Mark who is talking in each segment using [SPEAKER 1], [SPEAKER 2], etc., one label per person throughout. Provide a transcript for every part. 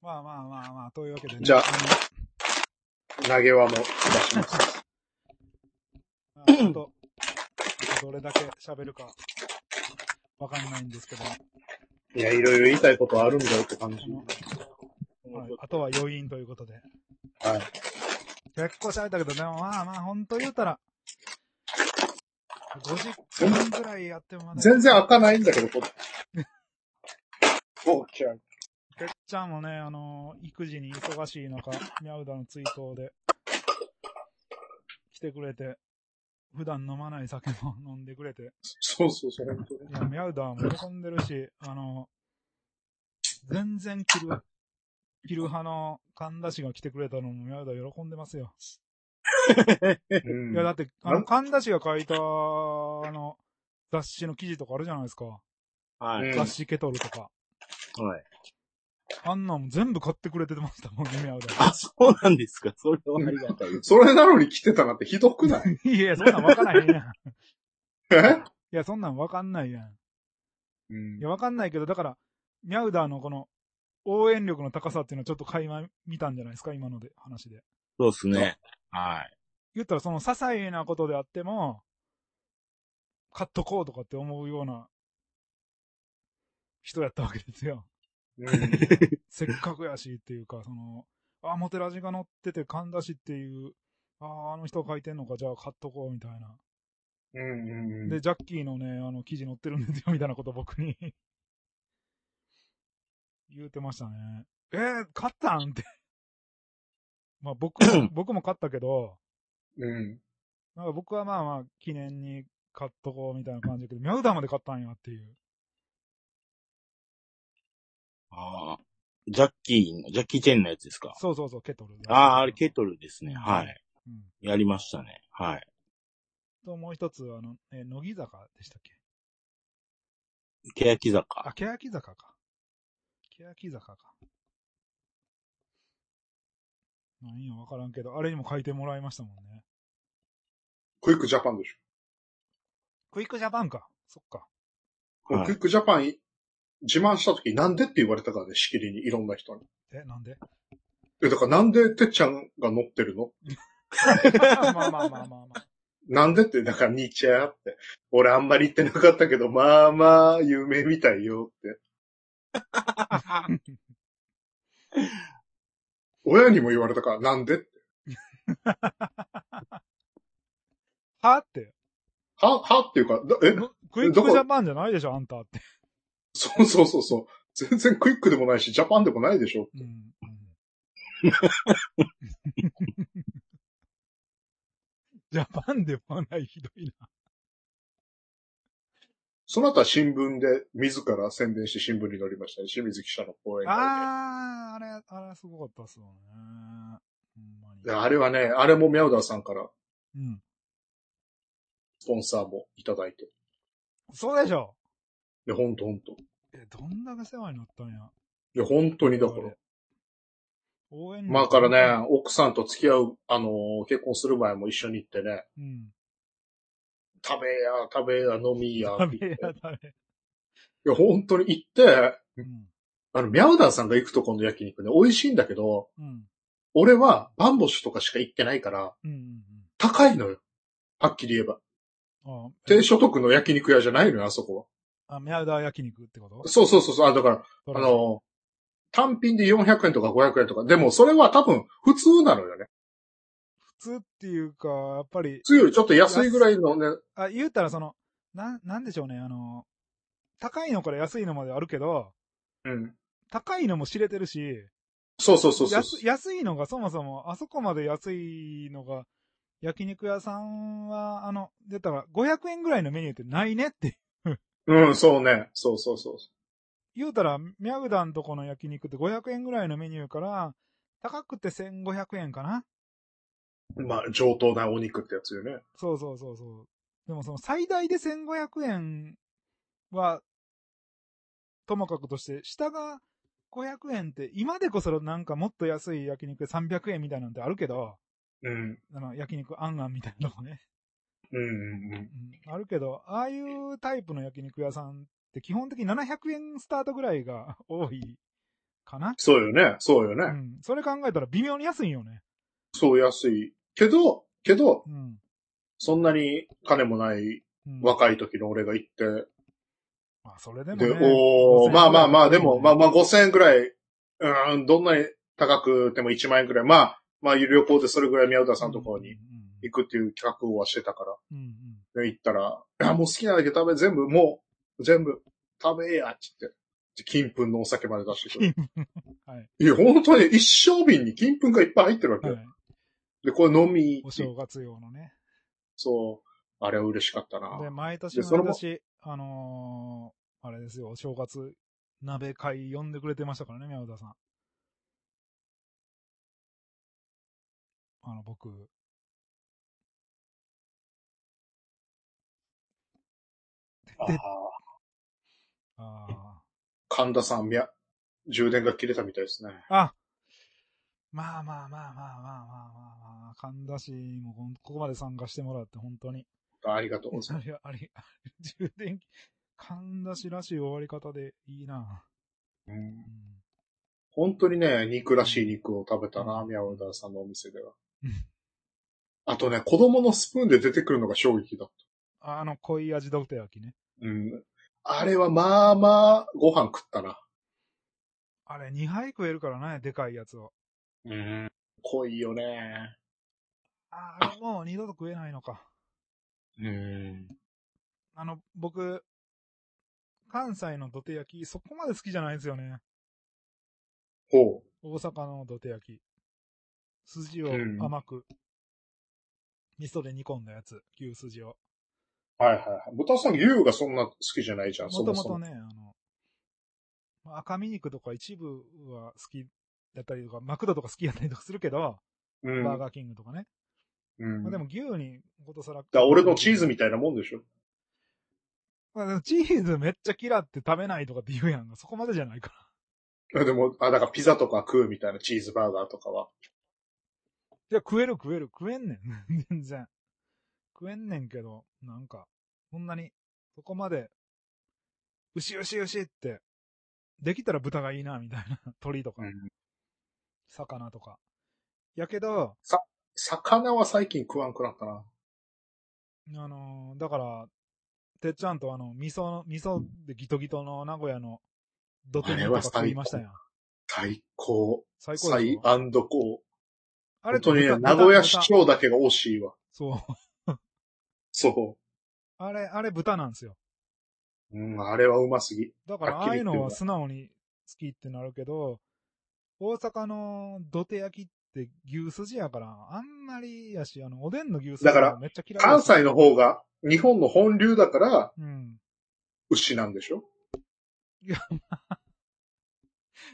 [SPEAKER 1] まあまあまあまあ、というわけでね。
[SPEAKER 2] じゃあ
[SPEAKER 1] あ
[SPEAKER 2] 投げ輪も出します。
[SPEAKER 1] の、まあちょっと、どれだけ喋るか、わかんないんですけど、
[SPEAKER 2] いや、いろいろ言いたいことあるんだよって感じ。
[SPEAKER 1] はいあとは余韻ということで。
[SPEAKER 2] はい。
[SPEAKER 1] 結構喋ったけど、でもまあまあ、ほんと言うたら、5時間ぐらいやってもまだ、
[SPEAKER 2] 全然開かないんだけど、これ。おう、違う。
[SPEAKER 1] てっちゃんもね、あのー育児に忙しい中、ミャウダの追悼で、来てくれて、普段飲まない酒も 飲んでくれて、
[SPEAKER 2] そうそうそう、本当に
[SPEAKER 1] いや、ミャウダーも喜んでるし、あのー全然キル、キル派の神田氏が来てくれたのもミャウダー喜んでますよ。
[SPEAKER 2] うん
[SPEAKER 1] いや、だって、あ
[SPEAKER 2] な
[SPEAKER 1] の、
[SPEAKER 2] ん
[SPEAKER 1] 神田氏が書いた、あの、雑誌の記事とかあるじゃないですか。
[SPEAKER 3] は
[SPEAKER 2] う
[SPEAKER 3] い。
[SPEAKER 2] ん
[SPEAKER 1] 雑誌ケトルとか。
[SPEAKER 3] はい。
[SPEAKER 1] あんなんも全部買ってくれてましたもんね、ミャウダー。
[SPEAKER 3] あ、そうなんですか。それはありがたい。
[SPEAKER 2] それなのに来てたなんてひどくない
[SPEAKER 1] いや、そんなんわからへん やん。い
[SPEAKER 2] え
[SPEAKER 1] や、そんなんわかんないやん。
[SPEAKER 2] うん
[SPEAKER 1] いや、わかんないけど、だから、ミャウダーのこの、応援力の高さっていうのはちょっと垣間見たんじゃないですか、今ので、話で。
[SPEAKER 3] そうですね。はい。
[SPEAKER 1] 言ったら、その、些細なことであっても、買っとこうとかって思うような、人やったわけですよ。
[SPEAKER 2] うん
[SPEAKER 1] せっかくやしっていうか、その、あ、モテラジが載ってて神田氏っていう、あ、あの人書いてんのか、じゃあ買っとこうみたいな。
[SPEAKER 2] うんうん
[SPEAKER 1] で、ジャッキーのね、あの、記事載ってるんですよみたいなこと僕に。言うてましたね。えー、買ったんって。まあ僕 も、僕も買ったけど、
[SPEAKER 2] うん。
[SPEAKER 1] なんか僕はまあまあ記念に買っとこうみたいな感じだけど、ミャウダーまで買ったんやっていう。
[SPEAKER 3] ああ。ジャッキーの、ジャッキーチェンのやつですか。
[SPEAKER 1] そうそうそう、ケトル。
[SPEAKER 3] ああ、あれケトルですね。はい。
[SPEAKER 1] うん。
[SPEAKER 3] やりましたね。はい。
[SPEAKER 1] と、もう一つ、あの、えー乃木坂でしたっけ
[SPEAKER 3] 欅坂。
[SPEAKER 1] あ、欅坂か。欅坂か。何や、わからんけど、あれにも書いてもらいましたもんね。
[SPEAKER 2] クイックジャパンでし
[SPEAKER 1] クイックジャパンか。そっか。
[SPEAKER 2] ょ。
[SPEAKER 3] はい
[SPEAKER 2] クイックジャパン自慢した時なんでって言われたからね、しきりにいろんな人に。
[SPEAKER 1] え、なんで
[SPEAKER 2] えだからなんでてっちゃんが乗ってるの
[SPEAKER 1] まあまあまあまあまあ。
[SPEAKER 2] なんでって、だからニーチェーって。俺あんまり言ってなかったけど、まあまあ有名みたいよって。親にも言われたから、なんでって。
[SPEAKER 1] はって。
[SPEAKER 2] は、はっていうか、だえ、
[SPEAKER 1] のクイックジャパンじゃないでしょ、あんたって。
[SPEAKER 2] そうそうそうそう。全然クイックでもないし、ジャパンでもないでしょ。
[SPEAKER 1] うん。 うん、ジャパンでもない、ひどいな。
[SPEAKER 2] その後は新聞で自ら宣伝して新聞に載りましたね。清水記者の講演会で。
[SPEAKER 1] あー、あれ、あれすごかったっすよね。ほんまに
[SPEAKER 2] で。あれはね、あれもミャウダーさんから
[SPEAKER 1] うん。
[SPEAKER 2] スポンサーもいただいて。
[SPEAKER 1] そうでしょ。
[SPEAKER 2] いや、ほんとほんと。
[SPEAKER 1] え、どんだけ世話になったんや。
[SPEAKER 2] いや、本当にだから。
[SPEAKER 1] 応援
[SPEAKER 2] まあから。ね、奥さんと付き合う、あのー結婚する前も一緒に行ってね、
[SPEAKER 1] うん。
[SPEAKER 2] 食べや、食べや、飲みや、
[SPEAKER 1] 食
[SPEAKER 2] って
[SPEAKER 1] べ
[SPEAKER 2] 言
[SPEAKER 1] や
[SPEAKER 2] って。い
[SPEAKER 1] 食べ。
[SPEAKER 2] や、本当に行って、
[SPEAKER 1] うん。
[SPEAKER 2] あの、ミャウダーさんが行くとこの焼肉ね、美味しいんだけど、
[SPEAKER 1] うん。
[SPEAKER 2] 俺はバンボシュとかしか行ってないから、
[SPEAKER 1] うん。うん。
[SPEAKER 2] 高いのよ。はっきり言えば。
[SPEAKER 1] あ
[SPEAKER 2] 低所得の焼肉屋じゃないのよ、あそこは。
[SPEAKER 1] あ、ミャウダー焼肉ってこと
[SPEAKER 2] そうそうそうそう。あ、だから、
[SPEAKER 1] そ
[SPEAKER 2] あ
[SPEAKER 1] れ
[SPEAKER 2] の、単品で400円とか500円とか。でも、それは多分、普通なのよね。
[SPEAKER 1] 普通っていうか、やっぱり
[SPEAKER 2] 普、通よりちょっと安いぐらいのね、
[SPEAKER 1] あ、言うたらその、なん、なんでしょうね、あの、高いのから安いのまであるけど、
[SPEAKER 2] うん。
[SPEAKER 1] 高いのも知れてるし、
[SPEAKER 2] そうそうそうそう。
[SPEAKER 1] 安安いのがそもそも、あそこまで安いのが、焼肉屋さんは、あの、出たら500円ぐらいのメニューってないねって
[SPEAKER 2] うん、そうね。そうそうそう。
[SPEAKER 1] 言うたら、ミャグダンとこの焼肉って500円ぐらいのメニューから、高くて1500円かな
[SPEAKER 2] まあ、上等なお肉ってやつよね。
[SPEAKER 1] そうそうそうそう。でもその最大で1500円は、ともかくとして、下が500円って、今でこそなんかもっと安い焼肉で300円みたいなんてあるけど、
[SPEAKER 2] うん。
[SPEAKER 1] あの、焼肉あんあんみたいなとこね。
[SPEAKER 2] うんうんうん。
[SPEAKER 1] うん、あるけど、ああいうタイプの焼肉屋さんって基本的に700円スタートぐらいが多いかな。
[SPEAKER 2] そうよね。そうよ
[SPEAKER 1] う
[SPEAKER 2] ね。
[SPEAKER 1] ん。それ考えたら微妙に安いんよね。
[SPEAKER 2] そう安い。けど、けど、
[SPEAKER 1] うん。
[SPEAKER 2] そんなに金もない
[SPEAKER 1] うん、
[SPEAKER 2] 若い時の俺が行って、
[SPEAKER 1] まあ、それでも
[SPEAKER 2] で、
[SPEAKER 1] ね。
[SPEAKER 2] お
[SPEAKER 1] 5000
[SPEAKER 2] おまあまあまあ、でも、まあ
[SPEAKER 1] ぐ
[SPEAKER 2] まあ5000円くらい、うーん、どんなに高くても1万円くらい、まあ、まあ旅行でそれぐらい宮田
[SPEAKER 1] らい
[SPEAKER 2] さんのところ
[SPEAKER 1] う
[SPEAKER 2] に
[SPEAKER 1] ん
[SPEAKER 2] 行くっていう企画をしてたか
[SPEAKER 1] うんうん。
[SPEAKER 2] ら、で行ったら、いや、もう好きなだけ食べ、全部、もう、全部、食べえや、っつって。金粉のお酒まで出してくれる。
[SPEAKER 1] はい。
[SPEAKER 2] いや、本当に一生瓶に金粉がいっぱい入ってるわけ
[SPEAKER 1] は
[SPEAKER 2] よ。
[SPEAKER 1] い。
[SPEAKER 2] で、これ飲み
[SPEAKER 1] お、正月用のね。
[SPEAKER 2] そう、あれは嬉しかったな。
[SPEAKER 1] で、毎年
[SPEAKER 2] でそれ
[SPEAKER 1] 毎
[SPEAKER 2] も
[SPEAKER 1] 年、あのー、あれですよ、お正月、鍋会呼んでくれてましたからね、宮田さん。あの、僕、
[SPEAKER 2] あー
[SPEAKER 1] あ あ、
[SPEAKER 2] 神田さん、みや、充電が切れたみたいですね。
[SPEAKER 1] あまあまあまあまあまあまあまあ、まあ、神田氏もこんここまで参加してもらって、本当に。
[SPEAKER 2] ありがとうござい
[SPEAKER 1] あ
[SPEAKER 2] ます。
[SPEAKER 1] れ、あれ、 充電器、神田氏らしい終わり方でいいな。
[SPEAKER 2] うん
[SPEAKER 1] うん
[SPEAKER 2] 本当にね、肉らしい肉を食べたな、宮田さんのお店では
[SPEAKER 1] うん。
[SPEAKER 2] あとね、子供のスプーンで出てくるのが衝撃だっ
[SPEAKER 1] あの、濃い味ドクター焼きね。
[SPEAKER 2] た。うん。あれはまあまあ、ご飯食ったな。
[SPEAKER 1] あれ、2杯食えるからね、でかいやつを。
[SPEAKER 2] うん。濃いよね。
[SPEAKER 1] ああれ、もう二度と食えないのか。
[SPEAKER 2] うん。
[SPEAKER 1] あの、僕、関西の土手焼き、そこまで好きじゃないんですよね。
[SPEAKER 2] ほ
[SPEAKER 1] 大阪の土手焼き。筋を
[SPEAKER 2] うん
[SPEAKER 1] 甘く、味噌で煮込んだやつ、牛筋を。
[SPEAKER 2] う。はいはいはい。豚さん牛がそんな好きじゃないじゃん、そ
[SPEAKER 1] もと
[SPEAKER 2] も
[SPEAKER 1] も
[SPEAKER 2] そ
[SPEAKER 1] と
[SPEAKER 2] も。
[SPEAKER 1] ね、あの、まあ赤身肉とか一部は好きだったりとか、マクドとか好きだったりとかするけど、
[SPEAKER 2] う
[SPEAKER 1] バー
[SPEAKER 2] ん。
[SPEAKER 1] ガーキングとかね。
[SPEAKER 2] うん。
[SPEAKER 1] まあ、で
[SPEAKER 2] だか
[SPEAKER 1] も牛にことさら。
[SPEAKER 2] ら俺のチーズみたいなもんでしょ。
[SPEAKER 1] まあでもチーズめっちゃ嫌って食べないとかって言うやんが、そこまでじゃないか
[SPEAKER 2] でも、あ、だからピザとか食うみたいなチーズバーガーとかは。
[SPEAKER 1] ら。いや、食える食える、食えんね ん。全然。食えんねんけど、なんか、そんなに、そこまで、牛牛牛って、できたら豚がいいな、みたいな。 鳥とか、
[SPEAKER 2] うん
[SPEAKER 1] 魚とか。やけど、
[SPEAKER 2] 魚は最近食わんくなったな。
[SPEAKER 1] あのーだから、てっちゃんとあの、味噌の、味噌でギトギトの名古屋の、土手煮とか食いましたやん。
[SPEAKER 2] 最高。
[SPEAKER 1] 最高でし
[SPEAKER 2] 最
[SPEAKER 1] ょ
[SPEAKER 2] アンドコ
[SPEAKER 1] あ
[SPEAKER 2] ー。
[SPEAKER 1] れ
[SPEAKER 2] 本当にね、
[SPEAKER 1] 豚
[SPEAKER 2] 名古屋
[SPEAKER 1] 豚
[SPEAKER 2] 市長だけが惜しいわ。
[SPEAKER 1] そう。
[SPEAKER 2] そ
[SPEAKER 1] あれ、あれ豚なんですよ。
[SPEAKER 2] う。うん、あれはうますぎ。
[SPEAKER 1] だから、
[SPEAKER 2] は
[SPEAKER 1] あ
[SPEAKER 2] っ
[SPEAKER 1] あ
[SPEAKER 2] き
[SPEAKER 1] い
[SPEAKER 2] り
[SPEAKER 1] う
[SPEAKER 2] 言って
[SPEAKER 1] の
[SPEAKER 2] も
[SPEAKER 1] は素直に好きってなるけど、大阪の土手焼きって牛すじやから、あんまりやし、あの、おでんの牛すじ
[SPEAKER 2] だから
[SPEAKER 1] めっちゃ嫌い。
[SPEAKER 2] 関西の。方が、日本の本流だから、
[SPEAKER 1] うん。
[SPEAKER 2] 牛なんでしょ
[SPEAKER 1] いや、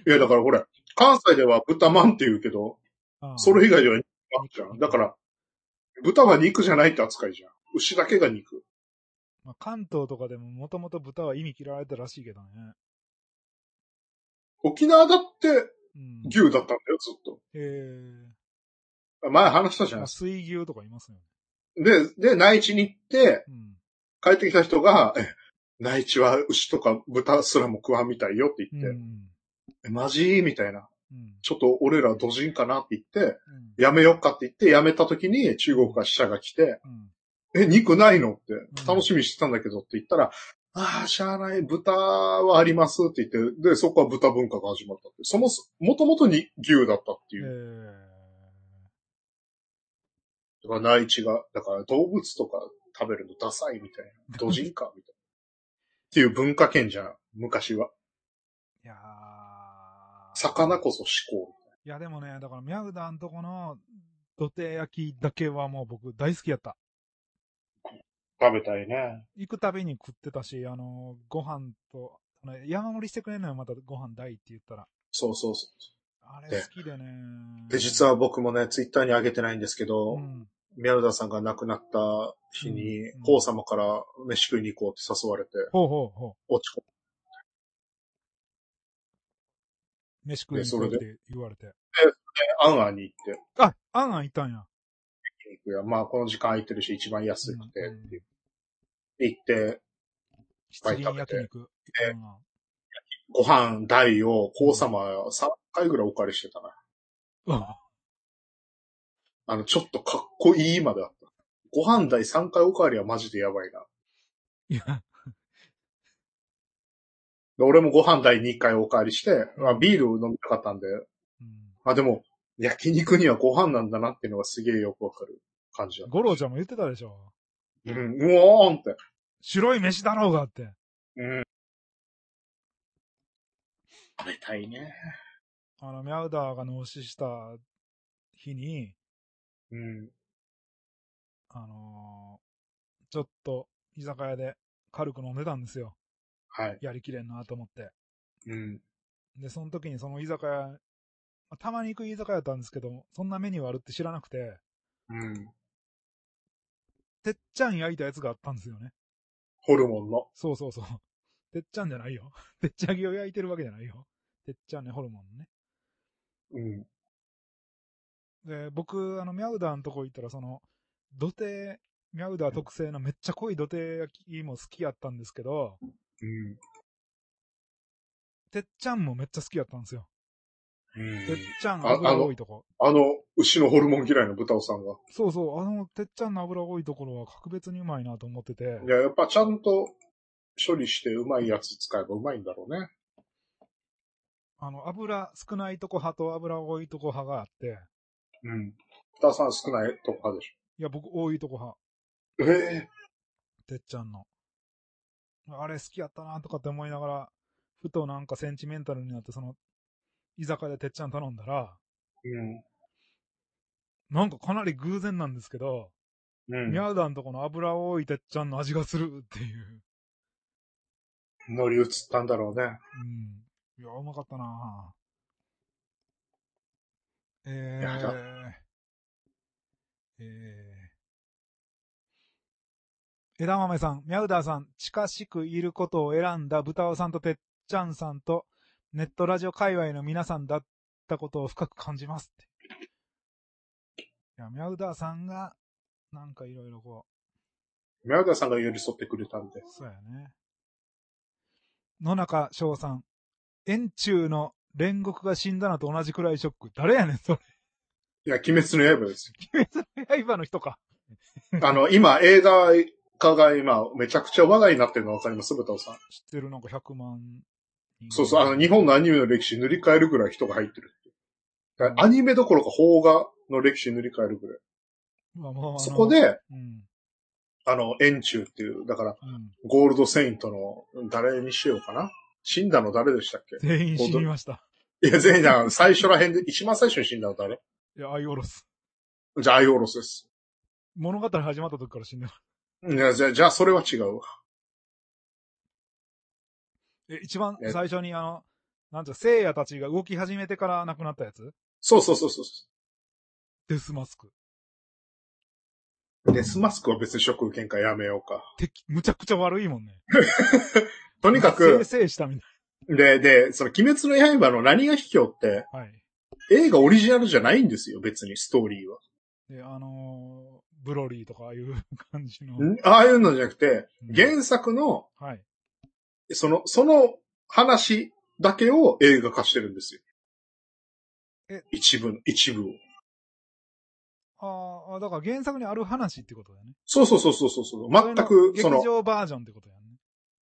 [SPEAKER 2] いや、だからほら、関西では豚まんって言うけど、
[SPEAKER 1] ああ
[SPEAKER 2] それ以外では肉まんじゃん。だから、豚は肉じゃないって扱いじゃん。牛だけが肉。
[SPEAKER 1] まあ、関東とかでももともと豚は意味嫌われたらしいけどね。
[SPEAKER 2] 沖縄だって
[SPEAKER 1] うん。
[SPEAKER 2] 牛だったんだよ、ずっと。
[SPEAKER 1] えー
[SPEAKER 2] 前話したじゃ
[SPEAKER 1] ま
[SPEAKER 2] ない
[SPEAKER 1] あ、
[SPEAKER 2] です
[SPEAKER 1] 水牛とかいますよね。
[SPEAKER 2] か。で、で、内地に行って、
[SPEAKER 1] うん。
[SPEAKER 2] 帰ってきた人が、え内地は牛とか豚すらも食わんみたいよって
[SPEAKER 1] う
[SPEAKER 2] 言
[SPEAKER 1] ん
[SPEAKER 2] って、。えマジみたいな。
[SPEAKER 1] うん。
[SPEAKER 2] ちょっと俺ら土人かなって言って、
[SPEAKER 1] うん。
[SPEAKER 2] やめよっかって言って、やめた時に中国から死者が来て、
[SPEAKER 1] うん。
[SPEAKER 2] え、肉ないのって
[SPEAKER 1] ん、
[SPEAKER 2] 楽しみにしてたんだけどって言ったら、ああ、しゃあない、豚はありますって言って、で、そこは豚文化が始まったって。そもそ、もともとに牛だったっ
[SPEAKER 1] え
[SPEAKER 2] ていう。
[SPEAKER 1] ー
[SPEAKER 2] だから内地が、だから動物とか食べるのダサいみたい な。土人かみたいな。っていう文化圏じゃん、昔は。
[SPEAKER 1] いやー
[SPEAKER 2] 魚こそ思考。
[SPEAKER 1] いや、でもね、だから、ミャグダんとこの土手焼きだけはもう僕大好きやった。
[SPEAKER 2] 食べたいね。
[SPEAKER 1] 行くたびに食ってたし、あの、ご飯と、あの山盛りしてくれんのよ、またご飯大って言ったら。
[SPEAKER 2] そうそうそう。
[SPEAKER 1] あれ
[SPEAKER 2] で
[SPEAKER 1] 好きでね。
[SPEAKER 2] で、実は僕もね、ツイッターに上げてないんですけど、
[SPEAKER 1] うん。
[SPEAKER 2] 宮田さんが亡くなった日に
[SPEAKER 1] うん、
[SPEAKER 2] コウ様から飯食いに行こうって誘われて、
[SPEAKER 1] ほうほうほ
[SPEAKER 2] 落ち込ん
[SPEAKER 1] う。飯食いに行こうって言われて。
[SPEAKER 2] で、アンアンに行って、
[SPEAKER 1] あ、あんあん行ったんや。
[SPEAKER 2] 焼肉屋まあこの時間空いてるし、一番安くて、
[SPEAKER 1] うん
[SPEAKER 2] っていうで行って、
[SPEAKER 1] 七輪焼肉。
[SPEAKER 2] え
[SPEAKER 1] うん
[SPEAKER 2] ご飯代を、高様3回ぐらいお借りしてたな。
[SPEAKER 1] あ
[SPEAKER 2] あの、ちょっとかっこいいまであった。ご飯代3回おかわりはマジでやばいな。
[SPEAKER 1] いや、
[SPEAKER 2] で俺もご飯代2回おかわりして、まあ、ビール飲みたかったんで、
[SPEAKER 1] うん
[SPEAKER 2] まあでも、焼肉にはご飯なんだなっていうのがすげえよくわかる感じだ。
[SPEAKER 1] 五郎ちゃんも言ってたでしょ。
[SPEAKER 2] うん、うおーんって。
[SPEAKER 1] 白い飯だろうがって。
[SPEAKER 2] うん。食べたいね。
[SPEAKER 1] あの、ミャウダーが脳死した日に、
[SPEAKER 2] うん。
[SPEAKER 1] あのーちょっと居酒屋で軽く飲んでたんですよ。
[SPEAKER 2] はい。
[SPEAKER 1] やりきれんなと思って。
[SPEAKER 2] うん。
[SPEAKER 1] で、その時にその居酒屋、まあたまに行く居酒屋だったんですけど、そんなメニューあるって知らなくて、
[SPEAKER 2] うん。
[SPEAKER 1] てっちゃん焼いたやつがあったんですよね。
[SPEAKER 2] ホルモンの。
[SPEAKER 1] そうそうそう。てっちゃんじゃないよ。 てっちゃぎを焼いてるわけじゃないよ。てっちゃんね、ホルモンのね。
[SPEAKER 2] うん。
[SPEAKER 1] で、僕、あの、ミャウダーのとこ行ったら、その、土手、ミャウダー特製のめっちゃ濃い土手焼きも好きやったんですけど、
[SPEAKER 2] うん。
[SPEAKER 1] てっちゃんもめっちゃ好きやったんですよ。
[SPEAKER 2] うん
[SPEAKER 1] てっちゃん
[SPEAKER 2] あ
[SPEAKER 1] 油多いとこ。
[SPEAKER 2] あの、牛のホルモン嫌いの豚尾さんが。
[SPEAKER 1] そうそう、あの、てっちゃんの油多いところは格別にうまいなと思ってて、
[SPEAKER 2] いや、やっぱちゃんと処理してうまいやつ使えばうまいんだろうね。
[SPEAKER 1] あの、油少ないとこ派と油多いとこ派があって、
[SPEAKER 2] うん。豚さん少ないとこ派でし
[SPEAKER 1] いや、僕多いとこ派、
[SPEAKER 2] ょ。ええ
[SPEAKER 1] てっちゃんの。あれ好きやったなとかって思いながら、ふとなんかセンチメンタルになって、その、居酒屋でてっちゃん頼んだら、なんかかなり偶然なんですけど、
[SPEAKER 2] うん。
[SPEAKER 1] ミャウダンとこの油多いてっちゃんの味がするっていう。
[SPEAKER 2] 乗り移ったんだろうね。
[SPEAKER 1] うん。いや、うまかったなぁ。え
[SPEAKER 2] やだ
[SPEAKER 1] ー。えー。枝豆さん、ミャウダーさん、近しくいることを選んだ豚尾さんとてっちゃんさんと、ネットラジオ界隈の皆さんだったことを深く感じますって。いや、ミャウダーさんが、なんかいろいろこう、
[SPEAKER 2] 宮田さんが寄り添ってくれたんで。
[SPEAKER 1] そうやね。野中翔さん。円柱の煉獄が死んだのと同じくらいショック。誰やねん、そ
[SPEAKER 2] いや、鬼滅の刃です
[SPEAKER 1] れ。刃の人か。
[SPEAKER 2] よ。 あの、今、映画化が今、めちゃくちゃ話題になってるのわかります豚尾さん。
[SPEAKER 1] 知ってるなんか100万人。
[SPEAKER 2] そうそう、あの、日本のアニメの歴史塗り替えるぐらい人が入ってるってだからアニメどころか邦画の歴史塗り替えるぐらい。
[SPEAKER 1] まあまああの
[SPEAKER 2] そこ。で、
[SPEAKER 1] うん。
[SPEAKER 2] あの、円柱っていう、だから、
[SPEAKER 1] うん。
[SPEAKER 2] ゴールドセイントの、誰にしようかな死んだの誰でしたっけ
[SPEAKER 1] 全員死にました。
[SPEAKER 2] いや、全員だ、最初ら辺で、一番最初に死んだの誰
[SPEAKER 1] いや、アイオロス。
[SPEAKER 2] じゃあ、アイオロスです。
[SPEAKER 1] 物語始まった時から死んでる。
[SPEAKER 2] いや、じゃあ、じゃあ、それは違うわ。
[SPEAKER 1] え、一番
[SPEAKER 2] え
[SPEAKER 1] 最初にあの、なんていうの聖夜たちが動き始めてから亡くなったやつ
[SPEAKER 2] そうそうそうそう。
[SPEAKER 1] デスマスク。
[SPEAKER 2] デスマスクは別に食受けんからやめようか。
[SPEAKER 1] 敵、むちゃくちゃ悪いもんね。
[SPEAKER 2] と
[SPEAKER 1] と
[SPEAKER 2] にか
[SPEAKER 1] 生
[SPEAKER 2] く、
[SPEAKER 1] 成したみた
[SPEAKER 2] で、で、その、鬼滅の刃の何が卑怯って、
[SPEAKER 1] い。はい。
[SPEAKER 2] 映画オリジナルじゃないんですよ、別に、ストーリーは。
[SPEAKER 1] で、あのーブロリーとかああいう 感じの。
[SPEAKER 2] んああいうのじゃなくて、
[SPEAKER 1] うん
[SPEAKER 2] 原作の、
[SPEAKER 1] はい。
[SPEAKER 2] その、その話だけを映画化してるんですよ
[SPEAKER 1] え。
[SPEAKER 2] 一部の、一部を。
[SPEAKER 1] あーあ、だから原作にある話ってことだよね。
[SPEAKER 2] そうそうそうそうそうそう。全
[SPEAKER 1] それの
[SPEAKER 2] く、その
[SPEAKER 1] 劇、場バージョンってことやね。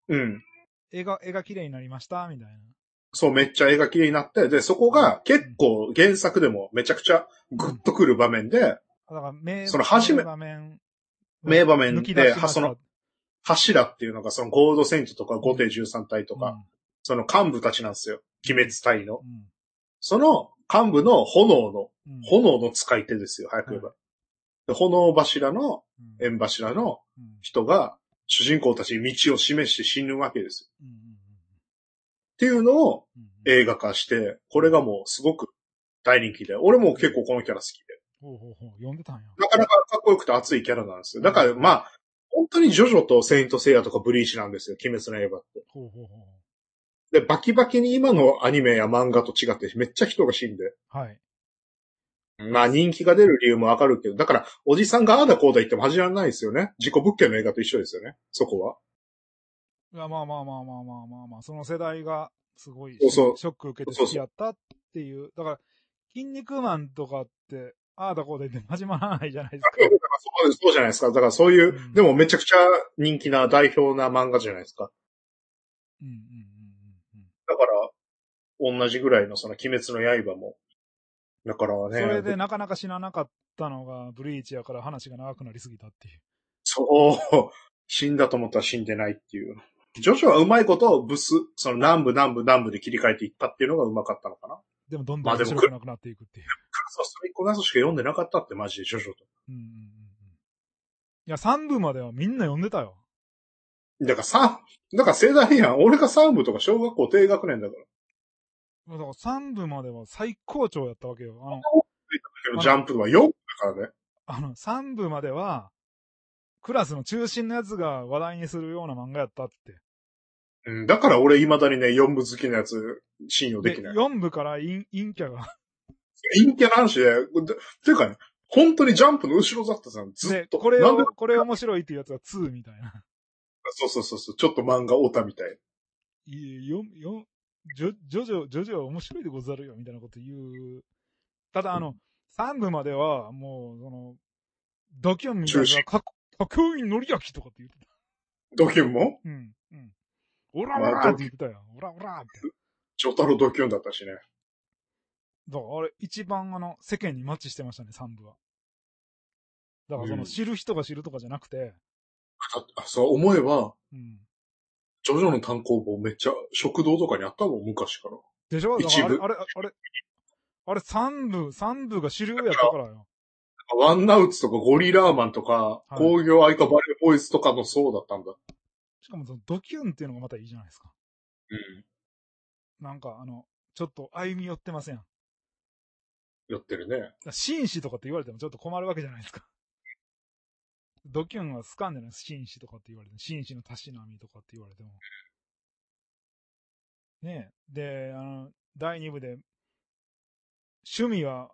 [SPEAKER 2] うん。
[SPEAKER 1] 絵が、絵が綺麗になりました、みたいな。
[SPEAKER 2] そう、めっちゃ映画綺麗になって、で、そこが結構原作でもめちゃくちゃグッとくる場面で、
[SPEAKER 1] あだから名、
[SPEAKER 2] その初め
[SPEAKER 1] 名場面。
[SPEAKER 2] 名場面で
[SPEAKER 1] 抜き出しました
[SPEAKER 2] その、柱っていうのがそのゴールドセントとか五帝13体とか、その幹部たちなんですよ。鬼滅隊の
[SPEAKER 1] う。ん。
[SPEAKER 2] その幹部の炎の、
[SPEAKER 1] うん。うん、
[SPEAKER 2] 炎の使い手ですよ、早く言えば。で炎柱の、
[SPEAKER 1] うん、
[SPEAKER 2] 縁柱の
[SPEAKER 1] うん、
[SPEAKER 2] 人が、主人公たちに道を示して死ぬわけですよ。
[SPEAKER 1] うん、うん
[SPEAKER 2] っていうのを
[SPEAKER 1] うんうん。
[SPEAKER 2] 映画化して、これがもうすごく大人気で、俺も結構このキャラ好きで、
[SPEAKER 1] ほうほうほう、読んでたんや。
[SPEAKER 2] なかなかかっこよくて熱いキャラなんですよ。だからまあ、本当にジョジョとセイントセイヤとかブリーチなんですよ、鬼滅の刃って。
[SPEAKER 1] ほうほうほ
[SPEAKER 2] で、バキバキに今のアニメや漫画と違ってめっちゃ人が死んで。
[SPEAKER 1] う。はい。
[SPEAKER 2] まあ人気が出る理由もわかるけど、だからおじさんがああだこうだ言っても始まらないですよね。自己物件の映画と一緒ですよね。そこは。
[SPEAKER 1] いやまあまあまあまあまあまあまあ、その世代が、すごい
[SPEAKER 2] そうそう
[SPEAKER 1] ショック受けて
[SPEAKER 2] そう
[SPEAKER 1] 好
[SPEAKER 2] そう
[SPEAKER 1] きやったっていう。だから、筋肉マンとかって、ああだこうだ言って始まらないじゃないですか。
[SPEAKER 2] そうですそうじゃないですか。だからそういう、
[SPEAKER 1] うん
[SPEAKER 2] でもめちゃくちゃ人気な代表な漫画じゃないですか。
[SPEAKER 1] うんうんうんうんうん。
[SPEAKER 2] だから、同じぐらいのその鬼滅の刃も。だから
[SPEAKER 1] そ
[SPEAKER 2] ね。
[SPEAKER 1] れでなかなか死ななかったのが、ブリーチやから話が長くなりすぎたっていう。
[SPEAKER 2] そう。死んだと思ったら死んでないっていう。ジョジョはうまいことをブス、その南部南部南部で切り替えていったっていうのがうまかったのかな。
[SPEAKER 1] でもどん
[SPEAKER 2] ま
[SPEAKER 1] どん
[SPEAKER 2] あで
[SPEAKER 1] 面
[SPEAKER 2] も
[SPEAKER 1] 白くなくなっていくっていう。
[SPEAKER 2] そう、それ一個なそしか読んでなかったってマジでジョジョと。
[SPEAKER 1] うんうんうんうん。いや、3部まではみんな読んでたよ。
[SPEAKER 2] だからさ、だから世代やん。俺が3部とか小学校低学年だから。
[SPEAKER 1] だから3部までは最高潮やったわけよ。あの、
[SPEAKER 2] でもジャンプは4部だからね。
[SPEAKER 1] あの、3部までは、クラスの中心のやつが話題にするような漫画やったって。
[SPEAKER 2] うん、だから俺未だにね、4部好きなやつ信用できない。
[SPEAKER 1] 4部から陰陰キャが、
[SPEAKER 2] 陰キャ男子で、でていうかね、本当にジャンプの後ろだったじゃん。ず
[SPEAKER 1] で
[SPEAKER 2] っ、と。
[SPEAKER 1] これ
[SPEAKER 2] なん
[SPEAKER 1] を
[SPEAKER 2] で、
[SPEAKER 1] これ面白いっていうやつが2みたいな。
[SPEAKER 2] そうそうそうそう、ちょっと漫画オタみたい。
[SPEAKER 1] いやよ、よ、ジョ、ジョジョ、ジョジョは面白いでござるよ、みたいなこと言う。ただ、あの、3部までは、もう、その、ドキュンみたい
[SPEAKER 2] 中
[SPEAKER 1] な、か、
[SPEAKER 2] 心
[SPEAKER 1] かっこいいのりやきとかって言ってた。
[SPEAKER 2] ドキュンも
[SPEAKER 1] うん、うん。オラオラーって言ってたよ。オラオラーって。
[SPEAKER 2] ジョタロドキュンだったしね。
[SPEAKER 1] だからあれ、一番あの、世間にマッチしてましたね、3部は。だからその、
[SPEAKER 2] うん
[SPEAKER 1] 知る人が知るとかじゃなくて、
[SPEAKER 2] ああそう思えば、
[SPEAKER 1] うん。
[SPEAKER 2] ジョジョの単行本めっちゃ食堂とかにあったもん、昔から。
[SPEAKER 1] でしょだか
[SPEAKER 2] 一
[SPEAKER 1] らあれ
[SPEAKER 2] 部、
[SPEAKER 1] あれ、あれ、あれ3部、3部が主流やったからよ。
[SPEAKER 2] ワンナウツとかゴリラーマンとか、
[SPEAKER 1] い
[SPEAKER 2] 工業アイカバレーボーイズとかのそうだったんだ。
[SPEAKER 1] しかもその、ドキュンっていうのがまたいいじゃないですか。
[SPEAKER 2] うん。
[SPEAKER 1] なんかあの、ちょっと歩み寄ってません。だか
[SPEAKER 2] やってるね。
[SPEAKER 1] ら紳士とかって言われてもちょっと困るわけじゃないですか。ドキュンは好かんじゃない紳士とかって言われても、紳士のたしなみとかって言われても。ねえ。で、あの、第2部で、趣味は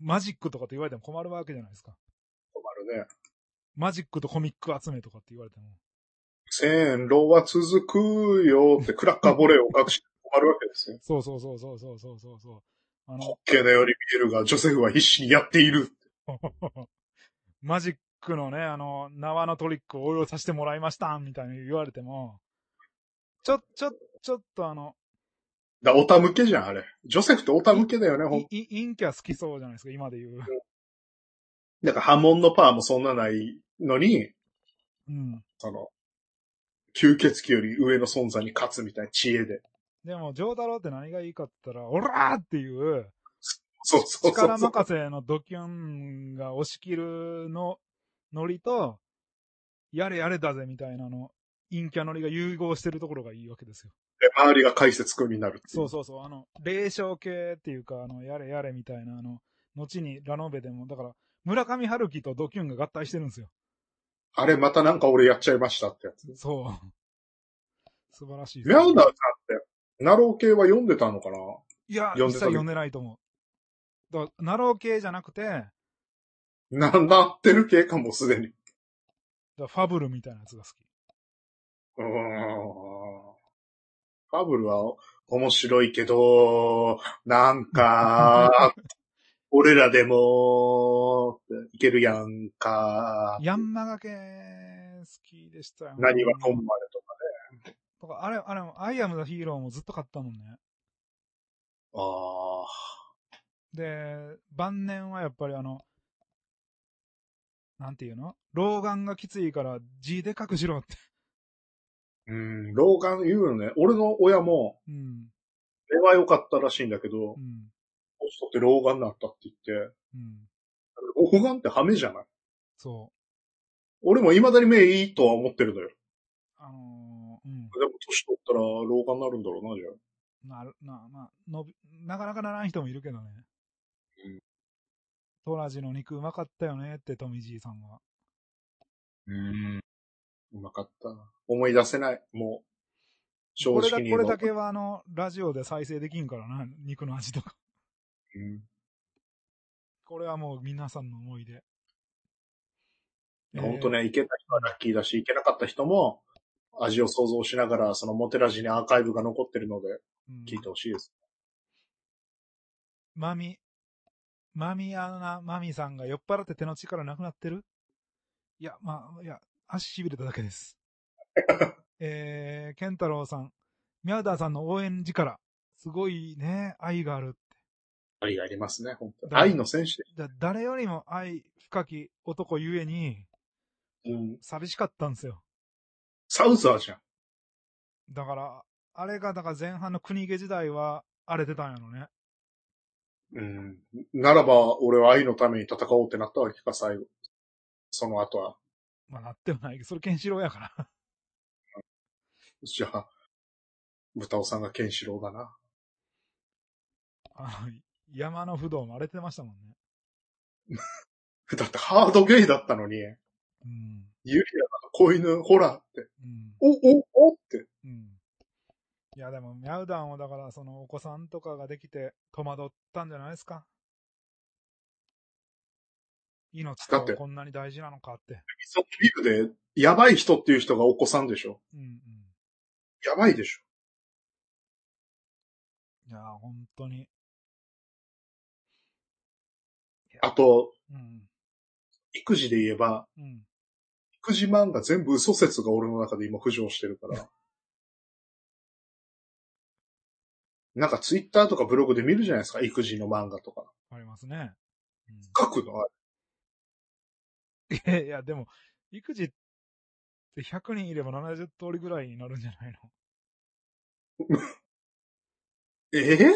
[SPEAKER 1] マジックとかって言われても困るわけじゃないですか。
[SPEAKER 2] 困るね。
[SPEAKER 1] マジックとコミック集めとかって言われても。
[SPEAKER 2] 線路は続くよってクラッカーボレーを隠して困るわけですよ。
[SPEAKER 1] そうそうそうそうそうそうそうそう。あの、
[SPEAKER 2] ホッケーだより見えるが、ジョセフは必死にやっている。
[SPEAKER 1] マジックのね、あの、縄のトリックを応用させてもらいました、みたいに言われても、ちょ、ちょ、ちょっとあの、
[SPEAKER 2] だ、オタ向けじゃん、あれ。ジョセフってオタ向けだよね、ほん
[SPEAKER 1] い、い、陰キャ好きそうじゃないですか、今で言う。
[SPEAKER 2] だから波紋のパワーもそんなないのに、
[SPEAKER 1] うん。
[SPEAKER 2] その、吸血鬼より上の存在に勝つみたいな知恵で。
[SPEAKER 1] でも、ジョータロウって何がいいかって言ったら、オラーっていう、
[SPEAKER 2] そうそうそう
[SPEAKER 1] 力
[SPEAKER 2] そう。
[SPEAKER 1] 任せのドキュンが押し切るの、ノリと、やれやれだぜみたいなの、陰キャノリが融合してるところがいいわけですよ。
[SPEAKER 2] で周りが解説組になるってい
[SPEAKER 1] そうそうそう、あの、霊障系っていうか、あの、やれやれみたいな、あの、後にラノベでも、だから、村上春樹とドキュンが合体してるんですよ。
[SPEAKER 2] あれまたなんか俺やっちゃいましたってやつ。
[SPEAKER 1] そう。素晴らしいです
[SPEAKER 2] ミャウダーさんって、ナロー系は読んでたのかない
[SPEAKER 1] や、
[SPEAKER 2] 読ん
[SPEAKER 1] 一
[SPEAKER 2] で
[SPEAKER 1] 切
[SPEAKER 2] た
[SPEAKER 1] 読んでないと思う。だからナロー系じゃなくて、だか
[SPEAKER 2] な、なってる系かもすでに。
[SPEAKER 1] らファブルみたいなやつが好き。
[SPEAKER 2] うーん。ファブルは面白いけど、なん か、俺らでも、いけるやんか。
[SPEAKER 1] ヤンマガ系、好きでしたよ。
[SPEAKER 2] 何はとんまれとか
[SPEAKER 1] とか、あれ、あれも、アイアムザヒーローもずっと買ったもんね。
[SPEAKER 2] ね。あ
[SPEAKER 1] で、晩年はやっぱりあの、なんていうの老眼がきついから字で書くしろって。
[SPEAKER 2] あ。うん、老眼言うよね。俺の親も、
[SPEAKER 1] うん。
[SPEAKER 2] 目は良かったらしいんだけど
[SPEAKER 1] う、ん。
[SPEAKER 2] 年取って老眼になったって言って、
[SPEAKER 1] うん。
[SPEAKER 2] 老眼ってハメじゃない
[SPEAKER 1] そ
[SPEAKER 2] 俺も未だに目いいとは思ってるのよ。
[SPEAKER 1] う。あのー
[SPEAKER 2] でも年取ったら老眼になるんだろうな、じゃ
[SPEAKER 1] う
[SPEAKER 2] あ。
[SPEAKER 1] ん。なる、な、まあ、伸び、なかなかならん人もいるけどね。
[SPEAKER 2] うん。
[SPEAKER 1] トラジの肉うまかったよねって、トミジーさんは。
[SPEAKER 2] うん。うまかった。思い出せない。もう、正
[SPEAKER 1] これ
[SPEAKER 2] 直
[SPEAKER 1] だ、
[SPEAKER 2] に
[SPEAKER 1] これだ
[SPEAKER 2] う
[SPEAKER 1] けはあの、ラジオで再生できんからな、肉の味とか。
[SPEAKER 2] ん
[SPEAKER 1] これはもう皆さんの思い出。
[SPEAKER 2] 本当ね、いけた人はラッキーだし、いけなかった人も、味を想像しながら、そのモテラジにアーカイブが残ってるので、
[SPEAKER 1] うん
[SPEAKER 2] 聞いてほしいです。
[SPEAKER 1] マミ、マミアナ、マミさんが酔っ払って手の力なくなってるいや、まあ、いや、足痺れただけです。えー、ケンタロウさん、ミャウダーさんの応援力、すごいね、愛がある。
[SPEAKER 2] 愛がありますね、本当に
[SPEAKER 1] だ
[SPEAKER 2] 愛の選手。
[SPEAKER 1] だ誰よりも愛深き男ゆえに、
[SPEAKER 2] うん。
[SPEAKER 1] 寂しかったんですよ。
[SPEAKER 2] サウザーじゃん。
[SPEAKER 1] だから、あれが、だから前半の国毛時代は荒れてたんやろね。
[SPEAKER 2] うん。ならば、俺は愛のために戦おうってなったわけか、最後。その後は。
[SPEAKER 1] まあなってはないけど、それケンシロウやから。
[SPEAKER 2] じゃあ、豚尾さんがケンシロウだな。
[SPEAKER 1] あの、山の不動も荒れてましたもんね。
[SPEAKER 2] だってハードゲイだったのに、
[SPEAKER 1] うん。
[SPEAKER 2] ユリアが子犬、ほらって、
[SPEAKER 1] うん。
[SPEAKER 2] お、お、おって。
[SPEAKER 1] うん。いや、でも、ミャウダンはだから、その、お子さんとかができて、戸惑ったんじゃないですか。命
[SPEAKER 2] だ
[SPEAKER 1] と
[SPEAKER 2] って
[SPEAKER 1] こんなに大事なのかって。
[SPEAKER 2] そのビルで、やばい人っていう人がお子さんでしょ。
[SPEAKER 1] うんうん。
[SPEAKER 2] やばいでしょ。
[SPEAKER 1] いや、本当に。
[SPEAKER 2] あと、
[SPEAKER 1] うん。
[SPEAKER 2] 育児で言えば、
[SPEAKER 1] うん。
[SPEAKER 2] 育児漫画全部嘘説が俺の中で今浮上してるから。なんかツイッターとかブログで見るじゃないですか、育児の漫画とか。
[SPEAKER 1] ありますね。うん
[SPEAKER 2] 書くのあれ
[SPEAKER 1] いやいや、でも、育児って100人いれば70通りぐらいになるんじゃないの
[SPEAKER 2] ええ